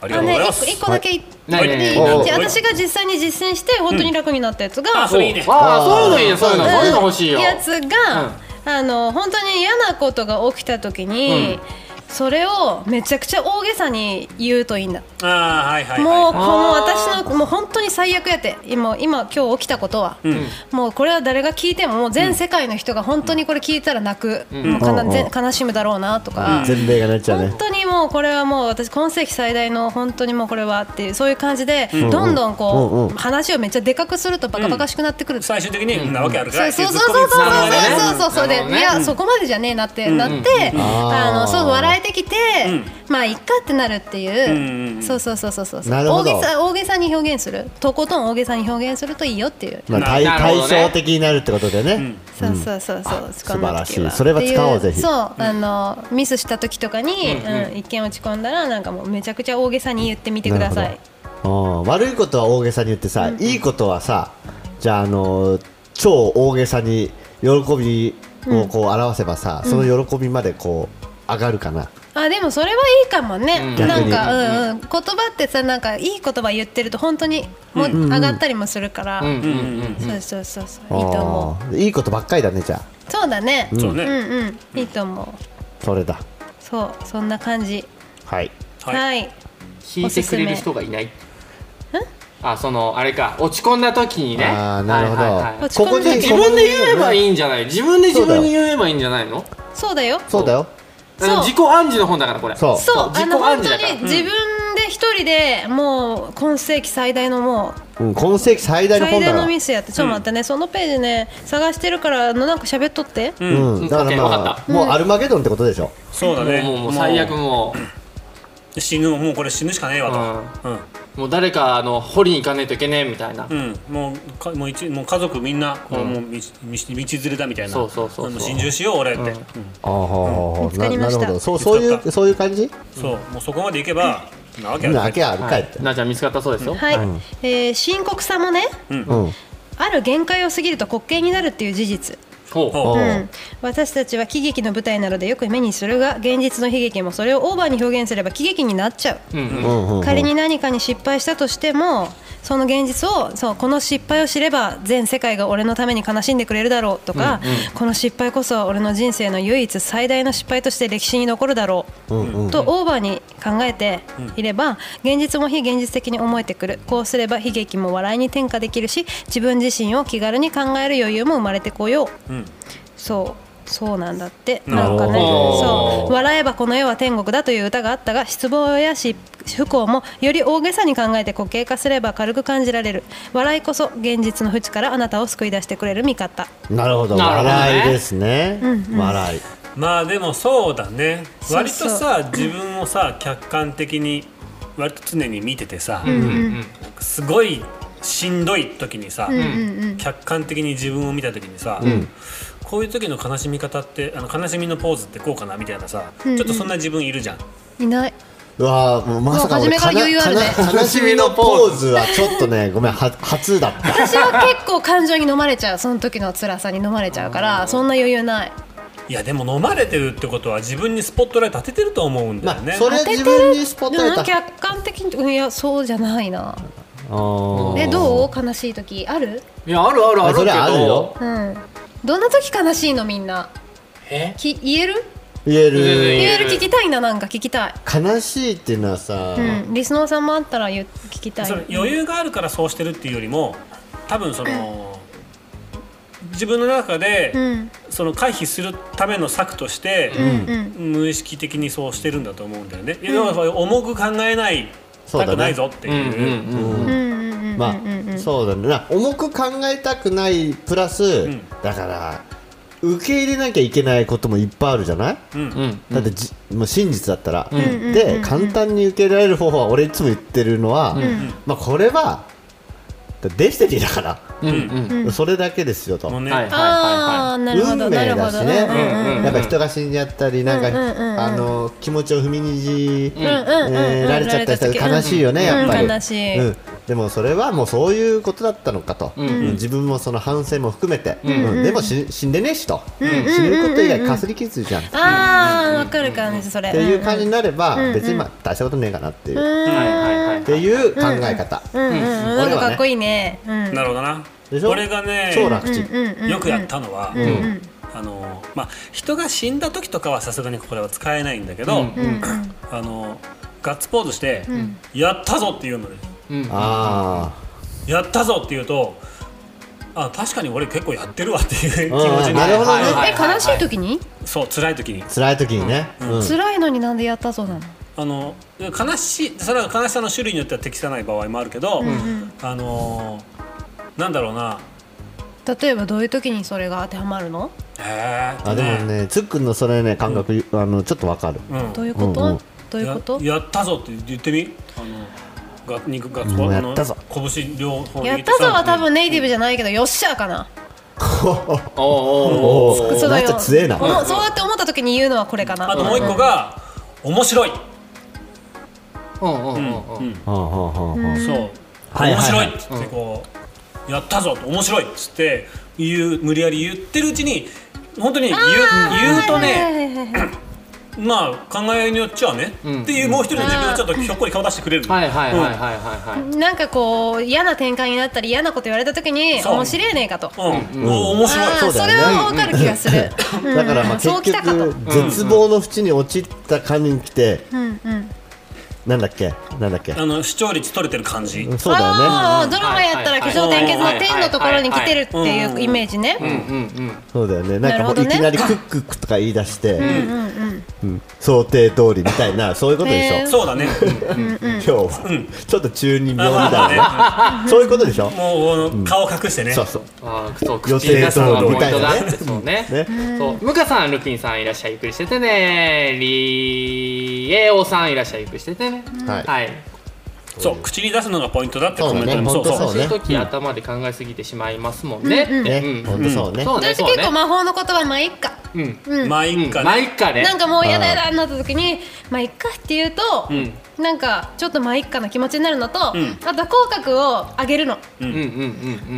[SPEAKER 5] ありが
[SPEAKER 4] あ
[SPEAKER 5] とうご
[SPEAKER 4] の
[SPEAKER 5] ざい
[SPEAKER 4] ね
[SPEAKER 5] ます、
[SPEAKER 4] 一個一個だけ言っ
[SPEAKER 2] はい
[SPEAKER 4] ていい
[SPEAKER 3] はい
[SPEAKER 4] じゃあ
[SPEAKER 5] はい
[SPEAKER 4] 私が実際に実践して本当に楽になったやつ
[SPEAKER 5] うんあ
[SPEAKER 4] が
[SPEAKER 5] それいいね
[SPEAKER 2] ああそういうのいいねそういうの
[SPEAKER 3] うん
[SPEAKER 2] そういうの欲しいよ
[SPEAKER 4] やつが、あの本当に嫌なことが起きた時に、それをめちゃくちゃ大げさに言うといいんだ、
[SPEAKER 5] あーはいはい
[SPEAKER 4] もう
[SPEAKER 5] は
[SPEAKER 4] この私のもう本当に最悪やって今今今日起きたことは、
[SPEAKER 5] いうん
[SPEAKER 4] もうこれは誰が聞いてももう全世界の人が本当にこれ聞いたら泣く、もうかな
[SPEAKER 3] うん
[SPEAKER 4] 全悲しむだろうなとか。
[SPEAKER 3] 全米がなっちゃうね
[SPEAKER 4] 本当にもうこれはもう私今世紀最大の本当にもうこれはっていうそういう感じで、どんどんこう、
[SPEAKER 3] うんうん
[SPEAKER 4] 話をめっちゃでかくするとバカバカしくなってくる、
[SPEAKER 5] 最終的にんなわけあるか
[SPEAKER 4] そ
[SPEAKER 5] ら
[SPEAKER 4] う
[SPEAKER 5] って
[SPEAKER 4] そ
[SPEAKER 5] いうう
[SPEAKER 4] そう
[SPEAKER 5] ツ
[SPEAKER 4] そ
[SPEAKER 5] ッコミ
[SPEAKER 4] う
[SPEAKER 5] につなが
[SPEAKER 4] そう
[SPEAKER 5] るね
[SPEAKER 2] なるほどね
[SPEAKER 4] そうそうそうでい
[SPEAKER 2] なるほどね
[SPEAKER 4] やそこまでじゃねえなってなってあのそう笑えてきてまあいっかってなるって
[SPEAKER 5] う
[SPEAKER 4] い
[SPEAKER 5] ん
[SPEAKER 4] うそうそうそうそうそう
[SPEAKER 3] なるほ
[SPEAKER 4] 大
[SPEAKER 3] ど
[SPEAKER 4] げさ大げさに表現するとことん大げさに表現するといいよっていう
[SPEAKER 3] まあ
[SPEAKER 5] な
[SPEAKER 3] 対
[SPEAKER 2] なるほ
[SPEAKER 3] 対
[SPEAKER 2] どね
[SPEAKER 3] 照的になるってことでね
[SPEAKER 4] そうそうそうそう
[SPEAKER 3] 素晴らしいそれは使おうぜひ
[SPEAKER 4] そうあのミスした時とかにうん一見落ち込んだらなんかもうめちゃくちゃ大げさに言ってみてくださ
[SPEAKER 3] なる
[SPEAKER 4] い
[SPEAKER 3] うん悪いことは大げさに言ってさいいことはさじゃああの超大げさに喜びをこう表せばさその喜びまでこう上がるかな
[SPEAKER 4] あでもそれはいいかもね、
[SPEAKER 3] うん
[SPEAKER 4] な
[SPEAKER 3] 逆
[SPEAKER 4] んか、うんうん、言葉ってさなんかいい言葉言ってると本当にもう上がったりもするから、
[SPEAKER 2] うんうんうん
[SPEAKER 4] そうそうそうそういいと思
[SPEAKER 3] あーいいことばっかりだねじゃあ
[SPEAKER 4] うそうだね、うん、
[SPEAKER 5] そうね、
[SPEAKER 4] うんいいと思う
[SPEAKER 3] それだ
[SPEAKER 4] そうそんな感じ
[SPEAKER 3] はい
[SPEAKER 4] はい、
[SPEAKER 5] はい、
[SPEAKER 2] 聞いてくれる人がいないあそのあれか落ち込んだ時にね
[SPEAKER 3] ああなるほど、
[SPEAKER 2] はいはいはい
[SPEAKER 4] 落ち込んで
[SPEAKER 2] 自分で言えばい
[SPEAKER 3] い
[SPEAKER 2] いんじゃない自分で自分に言えばいいんじゃないの
[SPEAKER 4] そうだよ
[SPEAKER 3] そうだよ
[SPEAKER 2] あの
[SPEAKER 4] そう
[SPEAKER 2] 自己暗示の本だからこれ
[SPEAKER 3] そう
[SPEAKER 4] そう
[SPEAKER 2] 自
[SPEAKER 4] あ
[SPEAKER 2] 己
[SPEAKER 4] の
[SPEAKER 2] 暗
[SPEAKER 4] 本当
[SPEAKER 2] 示だから
[SPEAKER 4] に自分で一人でもう今世紀最大のもう
[SPEAKER 3] うん、今世紀最大の
[SPEAKER 4] 最
[SPEAKER 3] 本だ
[SPEAKER 4] 大
[SPEAKER 3] か
[SPEAKER 4] の
[SPEAKER 3] ら
[SPEAKER 4] ミスやってちょっと待ってね、そのページね探してるからあのなんか喋っとって、
[SPEAKER 3] うん、だから
[SPEAKER 2] うんわか
[SPEAKER 3] ま
[SPEAKER 2] っ
[SPEAKER 3] あもうアルマゲドンってことでしょ、
[SPEAKER 5] そうだね
[SPEAKER 2] もうもうもう最悪も
[SPEAKER 5] 死ぬもうこれ死ぬしかねえわとうん
[SPEAKER 2] うもう誰かあの掘りに行かないといけねえみたいな
[SPEAKER 5] うん、もうかもう一もう家族みんな、こうもう道道道連れだみたいな
[SPEAKER 2] そうそうそうそう
[SPEAKER 5] も信中しよう俺って、うん
[SPEAKER 3] ああ
[SPEAKER 4] 見つかりま
[SPEAKER 3] な
[SPEAKER 4] し
[SPEAKER 3] る
[SPEAKER 4] た
[SPEAKER 3] ほどそうそうい
[SPEAKER 5] 見つかった
[SPEAKER 3] うそういう感じ
[SPEAKER 5] そうもうそこまでいけばなわけある
[SPEAKER 3] なわけあるかいって、
[SPEAKER 2] なあちゃん見つかったそうですよ
[SPEAKER 4] はい、えー深刻さもね
[SPEAKER 3] うん
[SPEAKER 4] ある限界を過ぎると滑稽になるっていう事実
[SPEAKER 2] ほう
[SPEAKER 5] ほ
[SPEAKER 3] お
[SPEAKER 5] う
[SPEAKER 3] う
[SPEAKER 4] うん、私たちは喜劇の舞台などでよく目にするが現実の悲劇もそれをオーバーに表現すれば喜劇になっちゃう、
[SPEAKER 2] うんうん
[SPEAKER 3] うんうんうん
[SPEAKER 4] 仮に何かに失敗したとしてもその現実をそうこの失敗を知れば全世界が俺のために悲しんでくれるだろうとか、この失敗こそ俺の人生の唯一最大の失敗として歴史に残るだろう、とオーバーに考えていれば現実も非現実的に思えてくるこうすれば悲劇も笑いに転化できるし自分自身を気軽に考える余裕も生まれてこよう。
[SPEAKER 5] ん
[SPEAKER 4] そうそうなんだって
[SPEAKER 5] な
[SPEAKER 4] な
[SPEAKER 5] るほ
[SPEAKER 4] ん
[SPEAKER 5] ど
[SPEAKER 4] かねそう笑えばこの世は天国だという歌があったが失望やし不幸もより大げさに考えて固形化すれば軽く感じられる笑いこそ現実の淵からあなたを救い出してくれる味方
[SPEAKER 3] なるほど
[SPEAKER 2] なるほどね
[SPEAKER 3] 笑いですね、笑い
[SPEAKER 5] まあでもそうだね
[SPEAKER 4] う
[SPEAKER 5] 割とさ自分をさ客観的に割と常に見ててさ、すごいしんどい時にさ、客観的に自分を見た時にさ、こういう時の悲しみ方ってあの悲しみのポーズってこうかなみたいなさ、ちょっとそんな自分いるじゃん。
[SPEAKER 4] いないう
[SPEAKER 3] わーもうまさか俺
[SPEAKER 4] もう初めから余裕あるね
[SPEAKER 3] かな悲しみのポーズはちょっとね [laughs] ごめんは初だった
[SPEAKER 4] 私は結構感情に飲まれちゃうその時の辛さに飲まれちゃうからそんな余裕ない
[SPEAKER 5] いやでも飲まれてるってことは自分にスポットライト当ててると思うんだよ
[SPEAKER 3] まあ
[SPEAKER 5] ね。
[SPEAKER 3] それは自分にスポット
[SPEAKER 4] で
[SPEAKER 3] ラ
[SPEAKER 4] も
[SPEAKER 3] イト
[SPEAKER 4] 客観的にいやそうじゃないな
[SPEAKER 3] あ
[SPEAKER 4] えどう悲しい時ある
[SPEAKER 2] いやあるあるある
[SPEAKER 3] そ
[SPEAKER 2] け
[SPEAKER 3] れ
[SPEAKER 2] ど
[SPEAKER 3] はあるよ
[SPEAKER 4] うんどんな時悲しいのみんな
[SPEAKER 2] え
[SPEAKER 4] き言える
[SPEAKER 3] 言え
[SPEAKER 2] 言
[SPEAKER 3] る
[SPEAKER 4] 言
[SPEAKER 2] え
[SPEAKER 4] え
[SPEAKER 2] る
[SPEAKER 4] る聞きたいななんか聞きたい
[SPEAKER 3] 悲しいっていうのはさ、
[SPEAKER 4] うんリスナーさんもあったら言う聞きたい
[SPEAKER 5] それ余裕があるからそうしてるっていうよりも多分その自分の中で、
[SPEAKER 4] うん
[SPEAKER 5] その回避するための策として、
[SPEAKER 4] うん
[SPEAKER 5] 無意識的にそうしてるんだと思うんだよね、要は重く考えない
[SPEAKER 3] そうだね
[SPEAKER 5] たくないぞって
[SPEAKER 2] うんう
[SPEAKER 5] いう。
[SPEAKER 2] んうん
[SPEAKER 4] うんうんうんうん
[SPEAKER 3] まあ、
[SPEAKER 4] うん
[SPEAKER 3] そうだねな重く考えたくないプラス、
[SPEAKER 5] ん
[SPEAKER 3] だから受け入れなきゃいけないこともいっぱいあるじゃない、
[SPEAKER 5] うん
[SPEAKER 2] うん
[SPEAKER 3] だってじ、もう真実だったら、
[SPEAKER 2] ん
[SPEAKER 3] で簡単に受け入れられる方法は俺いつも言ってるのは、まあ、これはだデスティニーだから、
[SPEAKER 2] うんうん
[SPEAKER 4] うん
[SPEAKER 3] それだけですよと、
[SPEAKER 5] もうね、
[SPEAKER 2] はいはい
[SPEAKER 4] あ
[SPEAKER 2] は
[SPEAKER 4] あなるほ
[SPEAKER 3] 運
[SPEAKER 4] ど
[SPEAKER 3] 命
[SPEAKER 4] なるほ
[SPEAKER 3] だ
[SPEAKER 4] ど
[SPEAKER 3] しね、
[SPEAKER 4] うんうん
[SPEAKER 2] うんうん
[SPEAKER 3] やっぱ人が死んじゃったりなんか、
[SPEAKER 4] うんうんうんうん
[SPEAKER 3] あの気持ちを踏みにじ、
[SPEAKER 4] うんうん
[SPEAKER 3] えーられちゃった人が悲しいよね、
[SPEAKER 4] うん
[SPEAKER 3] やっぱり、
[SPEAKER 4] うん悲しい
[SPEAKER 3] うんでもそれはもうそういうことだったのかと、
[SPEAKER 2] んうん
[SPEAKER 3] うん自分もその反省も含めて、うんでもし死んでねえしと、
[SPEAKER 4] ん
[SPEAKER 3] 死ぬこと以外かすり傷じゃん、っ
[SPEAKER 4] ああわかる感じそれ
[SPEAKER 3] ていう感じに
[SPEAKER 4] う
[SPEAKER 3] なれば、
[SPEAKER 4] うんうん
[SPEAKER 3] 別にまあ大したことねえかなっていう、っ
[SPEAKER 2] い
[SPEAKER 4] ん
[SPEAKER 2] はいはいはい
[SPEAKER 3] ていう考え方、
[SPEAKER 4] うんうんうんなんかかっこいいねうん
[SPEAKER 5] なるほどな
[SPEAKER 3] でしょ
[SPEAKER 5] 俺がね
[SPEAKER 3] 超楽ちん、
[SPEAKER 4] うんうん
[SPEAKER 5] よくやったのは、
[SPEAKER 4] うん
[SPEAKER 5] あのまあ、人が死んだ時とかはさすがにこれは使えないんだけど、
[SPEAKER 2] うん
[SPEAKER 4] うんうん
[SPEAKER 5] あのガッツポーズして、やったぞ!」って言うので
[SPEAKER 2] うん
[SPEAKER 3] あ
[SPEAKER 5] 「やったぞ!」って言うと「あ確かに俺結構やってるわ」っていう気
[SPEAKER 3] あ、う
[SPEAKER 5] 持ち
[SPEAKER 3] ん
[SPEAKER 5] に
[SPEAKER 3] なるほどね、
[SPEAKER 2] はい
[SPEAKER 4] え悲しい時に
[SPEAKER 5] そう辛い時に
[SPEAKER 3] 辛い時にね、うん
[SPEAKER 4] 辛いのになんでやったそうなの
[SPEAKER 5] あの悲しいそれは悲しさの種類によっては適さない場合もあるけど、あのなんだろうな
[SPEAKER 4] 例えばどういう時にそれが当てはまるの
[SPEAKER 5] えーっと
[SPEAKER 3] あでもね、つっくんのそれね感覚、あのちょっとわかる。
[SPEAKER 5] うん
[SPEAKER 4] どういうこと、
[SPEAKER 3] うんうん
[SPEAKER 4] どういうこと
[SPEAKER 5] ややったぞって言ってみあのが肉が
[SPEAKER 3] うん
[SPEAKER 5] あの
[SPEAKER 3] やったぞ
[SPEAKER 5] 拳両方握
[SPEAKER 4] や
[SPEAKER 5] て
[SPEAKER 4] ったぞは多分ネイティブじゃないけど、よっしゃーかな。
[SPEAKER 2] おおお
[SPEAKER 3] お
[SPEAKER 2] お
[SPEAKER 3] ー
[SPEAKER 4] そうだ
[SPEAKER 3] めっちゃ強えな
[SPEAKER 4] おもそうやって思った時に言うのはこれかな。
[SPEAKER 5] あともう一個が面白い
[SPEAKER 2] うんうんうん
[SPEAKER 3] うんう
[SPEAKER 2] うん
[SPEAKER 3] んうんうん
[SPEAKER 5] そう
[SPEAKER 3] はい
[SPEAKER 5] 面白
[SPEAKER 3] はい
[SPEAKER 5] いっつってこうやったぞ面白いっつって言う無理やり言ってるうちに本当に言う言うとね
[SPEAKER 4] ね。
[SPEAKER 5] まあ考えによっちゃね
[SPEAKER 2] ん
[SPEAKER 5] っていうもう一人の自分がちょっとひょっこり顔出してくれる
[SPEAKER 2] はいはいはいはいはいはい
[SPEAKER 4] なんかこう嫌な展開になったり嫌なこと言われた時に
[SPEAKER 5] そう
[SPEAKER 4] 面白いねえかと。あ
[SPEAKER 5] うんうんお面白い
[SPEAKER 4] あ
[SPEAKER 5] そう
[SPEAKER 4] ー
[SPEAKER 3] うだよ
[SPEAKER 4] そ
[SPEAKER 3] ね
[SPEAKER 4] れはわかる気がする。
[SPEAKER 3] だからまあ
[SPEAKER 4] そう
[SPEAKER 3] 結
[SPEAKER 4] きたかと
[SPEAKER 3] 局絶望の淵に陥った感じに来て、
[SPEAKER 4] うんうん。
[SPEAKER 3] なんだっけなんだっけ
[SPEAKER 5] あの視聴率取れてる感じ
[SPEAKER 3] うんそうだよね
[SPEAKER 4] ああドラマやったら化粧点結の天のところに来てるっていうイメージね。
[SPEAKER 2] うんうんうん
[SPEAKER 3] そうだよねなんかも
[SPEAKER 4] なるほど
[SPEAKER 3] うい
[SPEAKER 4] ね
[SPEAKER 3] きなりクックックとか言い出して、うん想定通りみたいなそういうことでしょ、
[SPEAKER 4] へー
[SPEAKER 5] そうだね
[SPEAKER 3] 今日はちょっと中二病みたい
[SPEAKER 2] [laughs]
[SPEAKER 3] なそういうことでしょ、
[SPEAKER 5] もうあの顔隠してね
[SPEAKER 3] そうそう
[SPEAKER 2] あーそう
[SPEAKER 3] 予
[SPEAKER 2] 口に
[SPEAKER 3] 定
[SPEAKER 2] 出すのが
[SPEAKER 3] 通りみ
[SPEAKER 2] ポイン
[SPEAKER 3] たい
[SPEAKER 2] ト
[SPEAKER 3] な
[SPEAKER 2] だ
[SPEAKER 3] ね
[SPEAKER 2] ってそうね
[SPEAKER 3] ね
[SPEAKER 2] そうムカさんルピンさんいらっしゃいゆっくりしててねリエオさんいらっしゃいゆっくりしててね
[SPEAKER 3] はい
[SPEAKER 2] はい
[SPEAKER 5] そう口に出すのがポイントだってコメントでも
[SPEAKER 3] そうだね
[SPEAKER 5] そう
[SPEAKER 2] そ
[SPEAKER 5] そう
[SPEAKER 3] 本
[SPEAKER 5] う
[SPEAKER 3] 当
[SPEAKER 2] い
[SPEAKER 3] ね
[SPEAKER 2] う時頭で考えすぎてしまいますもんねって
[SPEAKER 3] ね、
[SPEAKER 2] うん
[SPEAKER 3] ほんとそうね、
[SPEAKER 2] そうね
[SPEAKER 4] 私
[SPEAKER 2] そう
[SPEAKER 4] 結構
[SPEAKER 2] ね
[SPEAKER 4] 魔法の言葉まあいっか。
[SPEAKER 2] うん
[SPEAKER 4] うん。
[SPEAKER 5] まあいい
[SPEAKER 2] うん
[SPEAKER 5] か
[SPEAKER 2] まあ
[SPEAKER 5] ね
[SPEAKER 2] いっかね
[SPEAKER 4] なんかもうやだやだになった時にまあいっかって言うと、
[SPEAKER 2] ん
[SPEAKER 4] なんかちょっとまあいっかな気持ちになるのと、
[SPEAKER 5] ん
[SPEAKER 4] あと口角を上げるの
[SPEAKER 2] うんうんうんう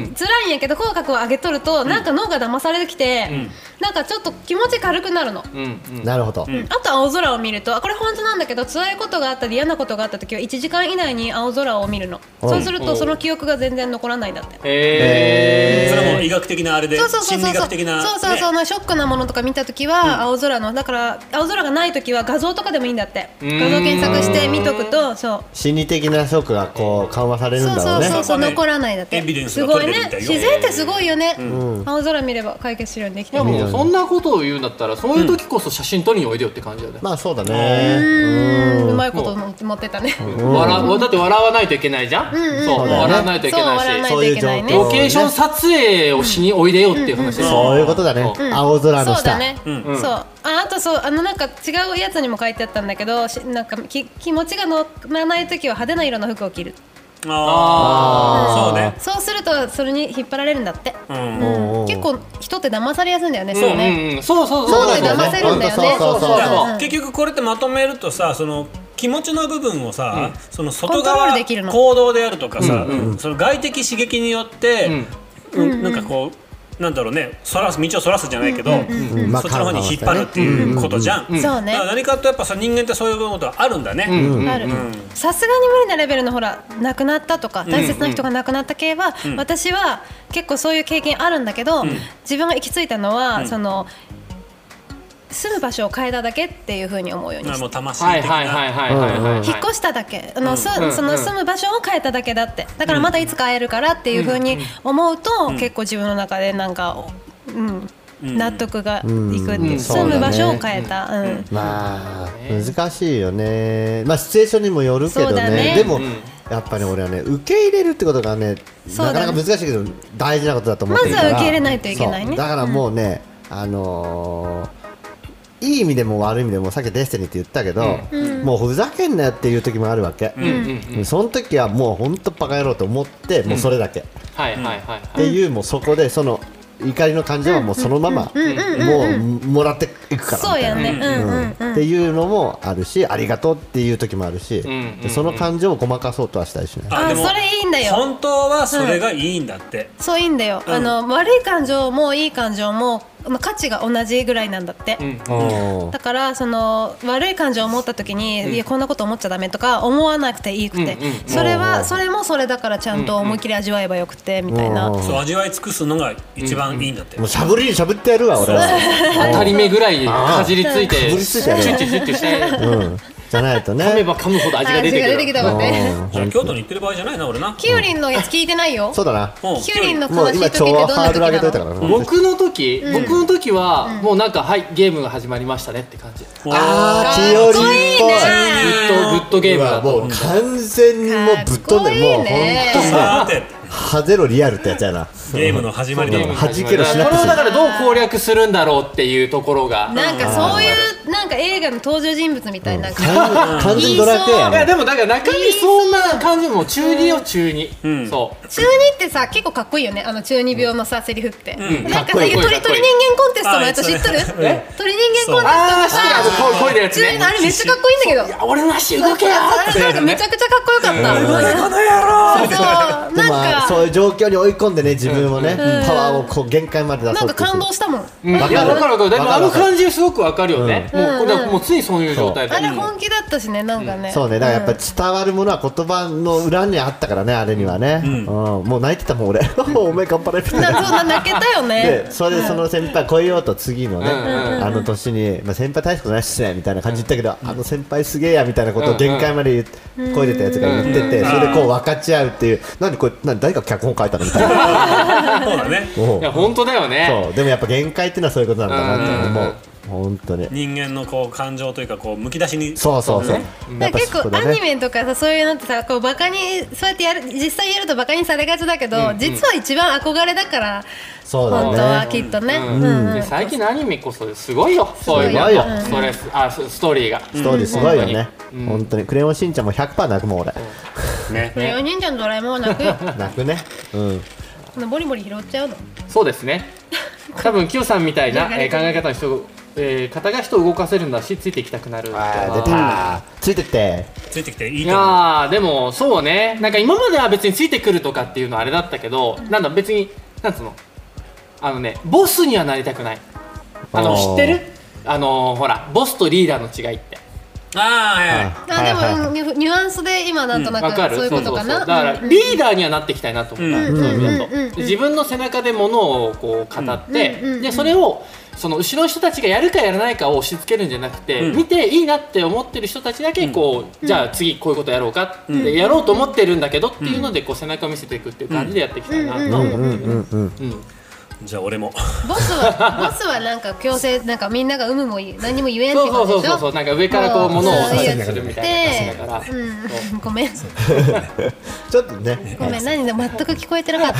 [SPEAKER 2] ん
[SPEAKER 4] 辛いんやけど口角を上げとると、なんか脳が騙されてきて、なんかちょっと気持ち軽くなるの。
[SPEAKER 2] うんうん
[SPEAKER 3] なるほど、
[SPEAKER 4] あと青空を見るとあこれ本当なんだけど辛いことがあったり嫌なことがあった時は1時間以内に青空を見るの
[SPEAKER 3] うん
[SPEAKER 4] そうするとその記憶が全然残らないんだって
[SPEAKER 2] へ
[SPEAKER 5] そ
[SPEAKER 2] ー
[SPEAKER 5] れも医学的なあれで
[SPEAKER 4] そうそうそう
[SPEAKER 5] 心
[SPEAKER 4] そう
[SPEAKER 5] 理
[SPEAKER 4] そう
[SPEAKER 5] 学的な
[SPEAKER 4] そうそうそう
[SPEAKER 5] ね
[SPEAKER 4] なショックなものとか見た時は青空のだから青空がない時は画像とかでもいいんだって
[SPEAKER 2] ん
[SPEAKER 4] 画像検索して見とくとそう
[SPEAKER 3] 心理的なショックがこう緩和されるん
[SPEAKER 4] そう
[SPEAKER 3] だ
[SPEAKER 4] そ
[SPEAKER 3] ろう
[SPEAKER 4] う
[SPEAKER 3] ね
[SPEAKER 4] そうそう
[SPEAKER 5] なんかね
[SPEAKER 4] 残らないだって
[SPEAKER 5] エビデンス
[SPEAKER 4] す
[SPEAKER 5] が
[SPEAKER 4] ご
[SPEAKER 5] 取
[SPEAKER 4] い
[SPEAKER 5] れ
[SPEAKER 4] ね
[SPEAKER 5] てるみたいよ
[SPEAKER 4] 自然ってすごいよね青空見れば解決するようにでき
[SPEAKER 2] い
[SPEAKER 4] て
[SPEAKER 2] や
[SPEAKER 4] る
[SPEAKER 2] もうそんなことを言うんだったらそういう時こそ写真撮りにおいでよって感じだよね
[SPEAKER 3] まあそうだね
[SPEAKER 4] うんうまいことも持ってたね
[SPEAKER 2] 笑うだって笑わないといけないじゃんそう
[SPEAKER 3] そうだよね
[SPEAKER 2] 笑わないといけ
[SPEAKER 4] そう
[SPEAKER 2] な
[SPEAKER 4] 笑
[SPEAKER 2] い
[SPEAKER 4] わ
[SPEAKER 2] し
[SPEAKER 4] ないといけないね
[SPEAKER 3] そういう状況
[SPEAKER 2] ロケーション撮影をしにおいでよっていう話です
[SPEAKER 3] そういうことだね、青空の
[SPEAKER 4] そうだ
[SPEAKER 3] 下、
[SPEAKER 4] ね、そうああとそうあのなんか違うやつにも書いてあったんだけどしなんかき気持ちが乗らない時は派手な色の服を着る
[SPEAKER 5] ああ
[SPEAKER 4] そうするとそれに引っ張られるんだって、
[SPEAKER 5] そうねうん
[SPEAKER 4] うん結構人って騙されやすいんだよね、そうね、
[SPEAKER 2] うんうんそうそう
[SPEAKER 4] そ
[SPEAKER 2] そう
[SPEAKER 4] う
[SPEAKER 2] だ
[SPEAKER 4] で
[SPEAKER 2] よね
[SPEAKER 4] 騙せるんだよね
[SPEAKER 3] そうそうそう
[SPEAKER 5] だから
[SPEAKER 2] う
[SPEAKER 5] 結局これってまとめるとさその気持ちの部分をさ、その外
[SPEAKER 4] コントロー
[SPEAKER 5] 側
[SPEAKER 4] ルできるの
[SPEAKER 5] 行動であるとかさ、その外的刺激によって、うんなんかこうなんだろうねそらす道をそらすじゃないけど、
[SPEAKER 3] うんまあ
[SPEAKER 5] そっちの方に引っ張るっていうことじゃん、
[SPEAKER 4] んそうね
[SPEAKER 5] だから何かとやっぱさ人間ってそういうことはあるんだね、
[SPEAKER 4] あるさすがに無理なレベルのほら亡くなったとか大切な人が亡くなった系は、私は結構そういう経験あるんだけど、自分が行き着いたのは、その住む場所を変えただけっていうふうに思うように
[SPEAKER 5] まあ
[SPEAKER 4] し
[SPEAKER 5] もう魂
[SPEAKER 2] はい
[SPEAKER 5] 的な、
[SPEAKER 2] はいはいはいはいはい、はい、
[SPEAKER 4] 引っ越しただけあの、す
[SPEAKER 2] うん
[SPEAKER 4] その
[SPEAKER 2] うん
[SPEAKER 4] 住む場所を変えただけだってだからまたいつか会えるからっていうふうに思うと、結構自分の中でなんか、うん、納得がいくっていう、
[SPEAKER 3] うん
[SPEAKER 4] 住む場所を変えた、うん
[SPEAKER 3] まあ難しいよねまあシチュエーションにもよるけど
[SPEAKER 4] そう
[SPEAKER 3] ね
[SPEAKER 4] だね
[SPEAKER 3] でも、
[SPEAKER 2] うん
[SPEAKER 3] やっぱり俺はね受け入れるってことがね
[SPEAKER 4] そう
[SPEAKER 3] な
[SPEAKER 4] だね
[SPEAKER 3] かなか難しいけど大事なことだと思ってるから
[SPEAKER 4] まずは受け入れないといけないね
[SPEAKER 3] そうだからもうね、あのーいい意味でも悪い意味でもさっきデスティニーって言ったけど、もうふざけんなよっていう時もあるわけ、その時はもう本当バカ野郎と思ってもうそれだけ、
[SPEAKER 2] はいはいはい
[SPEAKER 3] っていうもうそこでその怒りの感情はもうそのままもうもらっていくから
[SPEAKER 4] そうやね、うんうんうん
[SPEAKER 3] っていうのもあるしありがとうっていう時もあるし、
[SPEAKER 2] んうんうん
[SPEAKER 3] でその感情をごまかそうとはしたりしない。
[SPEAKER 4] あそれいいんだよ
[SPEAKER 5] 本当はそれがいいんだって、
[SPEAKER 4] そういいんだよ、あの悪い感情もいい感情もまあ価値が同じぐらいなんだって、
[SPEAKER 3] おー
[SPEAKER 4] だからその悪い感情を持った時に、いやこんなこと思っちゃダメとか思わなくていいくて、
[SPEAKER 2] うんうん
[SPEAKER 4] それ
[SPEAKER 3] おー
[SPEAKER 4] はそれもそれだからちゃんと思いっきり味わえばよくてみたいな、
[SPEAKER 3] おー
[SPEAKER 5] そう味わい尽くすのが一番いいんだって、
[SPEAKER 3] もうしゃぶりにしゃぶってやるわ俺は
[SPEAKER 2] 当たり目ぐらいかじりついて
[SPEAKER 3] かじりついてやる
[SPEAKER 2] チュッチュッチュッチュして
[SPEAKER 3] おーうんじゃないと
[SPEAKER 2] 噛め
[SPEAKER 3] ね
[SPEAKER 2] ば噛むほど味が出
[SPEAKER 4] 味
[SPEAKER 2] て
[SPEAKER 4] が
[SPEAKER 2] く
[SPEAKER 4] 出
[SPEAKER 2] る
[SPEAKER 4] てきた
[SPEAKER 3] う
[SPEAKER 4] わね
[SPEAKER 3] ん
[SPEAKER 5] じゃあ京都に行ってる場合じゃないな俺な
[SPEAKER 4] キュウリンのやつ聞いてないよ
[SPEAKER 3] そうだな
[SPEAKER 5] うん
[SPEAKER 4] キュウリンの
[SPEAKER 3] も
[SPEAKER 4] 悲
[SPEAKER 3] う
[SPEAKER 4] しい
[SPEAKER 3] 今
[SPEAKER 4] 時
[SPEAKER 3] 調
[SPEAKER 4] ってど
[SPEAKER 3] 和
[SPEAKER 4] んな
[SPEAKER 3] ハー
[SPEAKER 4] 時
[SPEAKER 3] ドル上げと
[SPEAKER 4] ない
[SPEAKER 3] たか
[SPEAKER 4] の
[SPEAKER 3] ら
[SPEAKER 2] 僕の時、僕の時は、もうなんかはいゲームが始まりましたねって感じ、ずっ
[SPEAKER 3] あー
[SPEAKER 4] かっ
[SPEAKER 3] チ
[SPEAKER 4] こ
[SPEAKER 3] オリ
[SPEAKER 4] い
[SPEAKER 3] ン
[SPEAKER 4] い
[SPEAKER 3] っぽい
[SPEAKER 4] ね
[SPEAKER 2] とグッドゲームだ
[SPEAKER 3] 今
[SPEAKER 2] と
[SPEAKER 3] も
[SPEAKER 2] 思
[SPEAKER 3] う
[SPEAKER 2] う
[SPEAKER 3] 完全にもうぶっ飛んで
[SPEAKER 4] かっこいい
[SPEAKER 3] もう本
[SPEAKER 4] ね
[SPEAKER 3] 当にね
[SPEAKER 5] さて
[SPEAKER 3] 派ゼロリアルってやつやな
[SPEAKER 5] ゲームの始まりだ
[SPEAKER 2] ゲ
[SPEAKER 5] も
[SPEAKER 2] ー
[SPEAKER 5] ん
[SPEAKER 2] ム
[SPEAKER 5] ね
[SPEAKER 2] が始まり
[SPEAKER 3] はじけろしなく
[SPEAKER 2] これ
[SPEAKER 3] て
[SPEAKER 2] をだからどう攻略するんだろうっていうところが
[SPEAKER 4] なんかそういうなんか映画の登場人物みたいな感じ、
[SPEAKER 3] 完完全ドラクエや
[SPEAKER 2] いや
[SPEAKER 3] ね
[SPEAKER 2] でもだから中身そんな感じもう中二よ中二、
[SPEAKER 5] ん
[SPEAKER 2] そう
[SPEAKER 4] 中二ってさ結構かっこいいよねあの中二病のさセリフって、なんか
[SPEAKER 3] かっこ
[SPEAKER 4] さ
[SPEAKER 3] いい
[SPEAKER 4] 鳥鳥人間コンテストのや
[SPEAKER 5] あ
[SPEAKER 4] つ知っと
[SPEAKER 3] [laughs]
[SPEAKER 5] それ
[SPEAKER 4] る鳥人間コンテスト
[SPEAKER 2] ああ知ってるあの声でやつ
[SPEAKER 4] 中二
[SPEAKER 2] ね
[SPEAKER 4] のあれめっちゃかっこいいんだけ
[SPEAKER 2] い
[SPEAKER 4] ど
[SPEAKER 2] や俺の足動けよ
[SPEAKER 4] あ
[SPEAKER 2] って
[SPEAKER 4] れなんかめちゃくちゃかっこよかったそう
[SPEAKER 3] でも
[SPEAKER 4] なんか
[SPEAKER 3] そういう状況に追い込んでね自分をねパワーをこう限界まで出
[SPEAKER 4] な
[SPEAKER 3] そ
[SPEAKER 4] ん
[SPEAKER 3] う
[SPEAKER 4] か
[SPEAKER 3] っていう
[SPEAKER 4] 感動したもん、
[SPEAKER 2] うんいや分かる分かるでもあの
[SPEAKER 3] わかる
[SPEAKER 2] 感じすごく分かるよね、もうこれはもうついそういう状態で
[SPEAKER 4] あれ本気だったしねなんかね、
[SPEAKER 3] そうねだからやっぱ伝わるものは言葉の裏にあったからねあれにはねうんもう泣いてたもん俺 [laughs] お前頑張れみたい
[SPEAKER 4] な
[SPEAKER 3] な
[SPEAKER 4] そうな泣けたよね
[SPEAKER 3] でそれでその先輩超えようと次のね
[SPEAKER 2] うんうん
[SPEAKER 3] あの年にまあ先輩大したことないっすねみたいな感じ言ったけどあの先輩すげえやみたいなことを限界まで言う声出たやつが言っててそれでこう分かち合うっていうなんでこれなんで誰が脚本書いたのみたいな
[SPEAKER 5] そうだね
[SPEAKER 3] もう
[SPEAKER 2] いや本当だよね
[SPEAKER 3] そうでもやっぱ限界っていうのはそういうことなんだなって思う本当に
[SPEAKER 5] 人間のこう感情というかこうむき出しに
[SPEAKER 3] そうそうそうや
[SPEAKER 4] だ
[SPEAKER 3] っぱそ
[SPEAKER 4] から結
[SPEAKER 3] こ
[SPEAKER 4] 構
[SPEAKER 3] だ
[SPEAKER 4] アニ
[SPEAKER 3] ね
[SPEAKER 4] メとかさそういうのってさこうバカにそうやってやる実際やるとバカにされがちだけど、実は一番憧れだから
[SPEAKER 3] そう
[SPEAKER 4] 本当
[SPEAKER 3] だ
[SPEAKER 4] は
[SPEAKER 3] ね
[SPEAKER 4] きっとね、
[SPEAKER 2] う
[SPEAKER 4] うんん
[SPEAKER 2] で最近のアニメこそすごいよそういう
[SPEAKER 3] す
[SPEAKER 2] の
[SPEAKER 3] ごいよ
[SPEAKER 2] ストレスあスストーリーが
[SPEAKER 3] ストーリーすごいよね本当にクレヨンしんちゃんも100%泣くもん俺
[SPEAKER 5] ね
[SPEAKER 4] クレヨン忍者のドラえもんは泣くよ
[SPEAKER 3] 泣くねうん
[SPEAKER 4] あのボリボリ拾っちゃうの
[SPEAKER 2] そうですね多分キヨさんみたいな、えー考え方の人、えー方が人を動かせるんだしついていきたくなる
[SPEAKER 3] あー出たついてって
[SPEAKER 5] ついてきていい
[SPEAKER 2] い
[SPEAKER 5] と思う
[SPEAKER 2] やーでもそうねなんか今までは別についてくるとかっていうのはあれだったけど、なんだ別になんつうのあのねボスにはなりたくないあの
[SPEAKER 3] あー
[SPEAKER 2] 知ってるあのーほらボスとリーダーの違いって
[SPEAKER 5] ああはいはい
[SPEAKER 3] あ
[SPEAKER 4] あでも、ニュニュアンスで今なんとな
[SPEAKER 2] わ
[SPEAKER 4] く
[SPEAKER 2] かる
[SPEAKER 4] そういうことかな、
[SPEAKER 2] そうそうそうだからリーダーにはなっていきたいなと思っ
[SPEAKER 5] う
[SPEAKER 2] た、そういうことで自分の背中でものをこう語って、でそれをその後ろの人たちがやるかやらないかを押し付けるんじゃなくて、見ていいなって思ってる人たちだけこう、じゃあ次こういうことやろうかって、やろうと思ってるんだけどっていうのでこう背中を見せていくっていう感じでやっていきたいなと思ってるよねうん
[SPEAKER 5] じゃあ俺も
[SPEAKER 4] ボスは [laughs] ボスはなんか強制なんかみんなが有無もいい何も言えんっ
[SPEAKER 2] そう
[SPEAKER 4] て
[SPEAKER 2] そ
[SPEAKER 4] こと
[SPEAKER 2] うそう
[SPEAKER 4] でし
[SPEAKER 2] そうそう
[SPEAKER 4] ょ
[SPEAKER 2] なんか上からこう物を
[SPEAKER 4] そう
[SPEAKER 2] 押しするみたいな感じだから、
[SPEAKER 4] うん、ごめん
[SPEAKER 3] ちょっとね
[SPEAKER 4] ごめん何で全く聞こえてなか
[SPEAKER 2] [laughs]
[SPEAKER 4] っ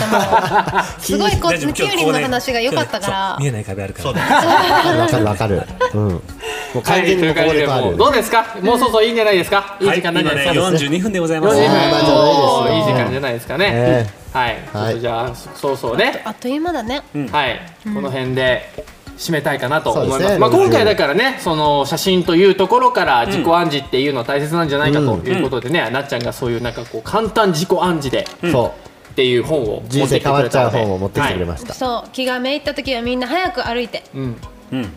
[SPEAKER 4] たもんすごいこ
[SPEAKER 5] [laughs]
[SPEAKER 4] う
[SPEAKER 5] 大
[SPEAKER 4] キ
[SPEAKER 5] 丈夫
[SPEAKER 4] ュウ
[SPEAKER 5] 今日
[SPEAKER 4] リンの話が良かったか
[SPEAKER 5] そう
[SPEAKER 4] ら
[SPEAKER 5] 見えない壁あるから
[SPEAKER 3] わかるわかるうんもう
[SPEAKER 2] は
[SPEAKER 3] 完
[SPEAKER 2] い、
[SPEAKER 3] 全
[SPEAKER 2] とい
[SPEAKER 3] にも
[SPEAKER 2] う
[SPEAKER 3] うこ
[SPEAKER 2] 感
[SPEAKER 3] こ
[SPEAKER 2] じ
[SPEAKER 3] で
[SPEAKER 2] で
[SPEAKER 3] 変わる
[SPEAKER 2] も
[SPEAKER 3] よ
[SPEAKER 2] う
[SPEAKER 3] ね
[SPEAKER 2] どうですか、もうそうそういいんじゃないですか、いい時間
[SPEAKER 5] は
[SPEAKER 2] ないんじ
[SPEAKER 5] 今
[SPEAKER 2] ゃな
[SPEAKER 5] ね
[SPEAKER 2] いですか、
[SPEAKER 5] 42分でござい
[SPEAKER 2] 四
[SPEAKER 5] ます
[SPEAKER 2] 時
[SPEAKER 3] あーまあちょう
[SPEAKER 2] 間
[SPEAKER 3] ど
[SPEAKER 2] い
[SPEAKER 3] い
[SPEAKER 2] い
[SPEAKER 3] いですね
[SPEAKER 2] 時間じゃないですかね。
[SPEAKER 3] え
[SPEAKER 2] はい、
[SPEAKER 3] はい
[SPEAKER 2] ちょっとじゃあそそうそうね。
[SPEAKER 4] あっという間だね
[SPEAKER 2] はい、この辺で締めたいかなと思いま
[SPEAKER 3] そう
[SPEAKER 2] す。
[SPEAKER 3] ですね
[SPEAKER 2] まあ今回だからね、その写真というところから自己暗示っていうのは大切なんじゃないかということでね、なっちゃんがそういうなんかこう簡単自己暗示で
[SPEAKER 3] そ
[SPEAKER 2] っていう本を持
[SPEAKER 3] 人
[SPEAKER 2] っ
[SPEAKER 3] 生
[SPEAKER 2] てきて
[SPEAKER 3] 変
[SPEAKER 2] く
[SPEAKER 3] わ
[SPEAKER 2] れ
[SPEAKER 3] っちゃ
[SPEAKER 2] た
[SPEAKER 3] う
[SPEAKER 2] ので
[SPEAKER 3] 本を持ってきてくれ
[SPEAKER 2] は
[SPEAKER 3] ました、
[SPEAKER 4] そう気がめいった時はみんな早く歩いて
[SPEAKER 2] いうん
[SPEAKER 5] うん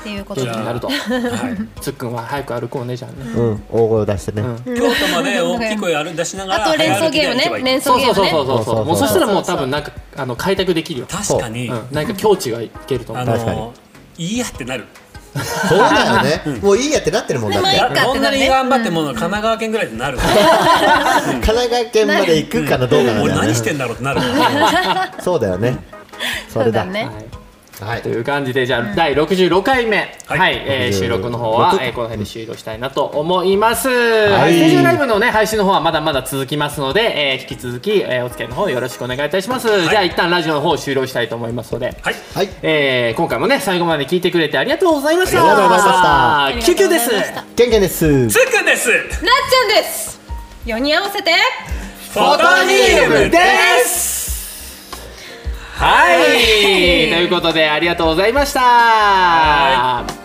[SPEAKER 4] っていうこと
[SPEAKER 2] 元気
[SPEAKER 4] で
[SPEAKER 2] になると
[SPEAKER 5] はい、
[SPEAKER 2] つっくんは早く歩こうねじゃんね
[SPEAKER 3] うん、大声を出してね、
[SPEAKER 2] うん
[SPEAKER 5] 京都まで大きい声ある出しながら
[SPEAKER 4] あと連想ゲ
[SPEAKER 5] 早歩きで
[SPEAKER 4] ーム
[SPEAKER 5] 行けばい
[SPEAKER 4] ね
[SPEAKER 5] い
[SPEAKER 4] 連想
[SPEAKER 2] そう
[SPEAKER 4] ゲ
[SPEAKER 2] そう
[SPEAKER 4] ー
[SPEAKER 2] そう
[SPEAKER 4] ムね
[SPEAKER 2] そうそうそうもう
[SPEAKER 3] そうそうそう
[SPEAKER 2] そしたらもう多分なんかあの開拓できるよ
[SPEAKER 5] 確かに、
[SPEAKER 2] うん、なんか境地がいけると思
[SPEAKER 5] あ
[SPEAKER 2] う、
[SPEAKER 3] 確かに
[SPEAKER 5] のいいやってなる
[SPEAKER 3] そうだよね、もういいやってなってるもんだって、
[SPEAKER 4] で
[SPEAKER 3] 神
[SPEAKER 4] まあいいか
[SPEAKER 5] こ
[SPEAKER 4] って
[SPEAKER 5] ん
[SPEAKER 4] な
[SPEAKER 5] な
[SPEAKER 4] るね
[SPEAKER 5] に頑張ってもの神奈川県ぐらいでなる
[SPEAKER 3] 奈川県まで行くかなどうかなん
[SPEAKER 5] 俺
[SPEAKER 3] だよ
[SPEAKER 5] 何
[SPEAKER 3] ね
[SPEAKER 5] してんだろうってなる
[SPEAKER 3] そうだよねそれだ
[SPEAKER 4] そうだね
[SPEAKER 2] はい
[SPEAKER 3] はい
[SPEAKER 2] という感じでじゃあ、第66回目、
[SPEAKER 5] は
[SPEAKER 2] はいいえー
[SPEAKER 3] 66
[SPEAKER 2] 収録の方は、
[SPEAKER 3] うん
[SPEAKER 2] えーこの辺で終了したいなと思います、
[SPEAKER 3] は
[SPEAKER 2] はいい、ステージライブの、ね、配信の方はまだまだ続きますので、えー引き続き、えーお付き合いの方よろしくお願いいたします、じゃあ一旦ラジオの方終了したいと思いますので、
[SPEAKER 5] はい
[SPEAKER 3] はい
[SPEAKER 2] えー今回もね最後まで聞いてくれてありがとうございました
[SPEAKER 3] ありがとうございました
[SPEAKER 4] ありがと
[SPEAKER 2] キュ
[SPEAKER 4] う
[SPEAKER 2] キ
[SPEAKER 4] ご
[SPEAKER 2] ュ
[SPEAKER 4] ざい
[SPEAKER 2] です
[SPEAKER 4] ました
[SPEAKER 3] ケンケンです
[SPEAKER 5] つっくんです
[SPEAKER 4] なっちゃんです4人合わせて
[SPEAKER 5] フォトニウムです
[SPEAKER 2] はい、ということでありがとうございました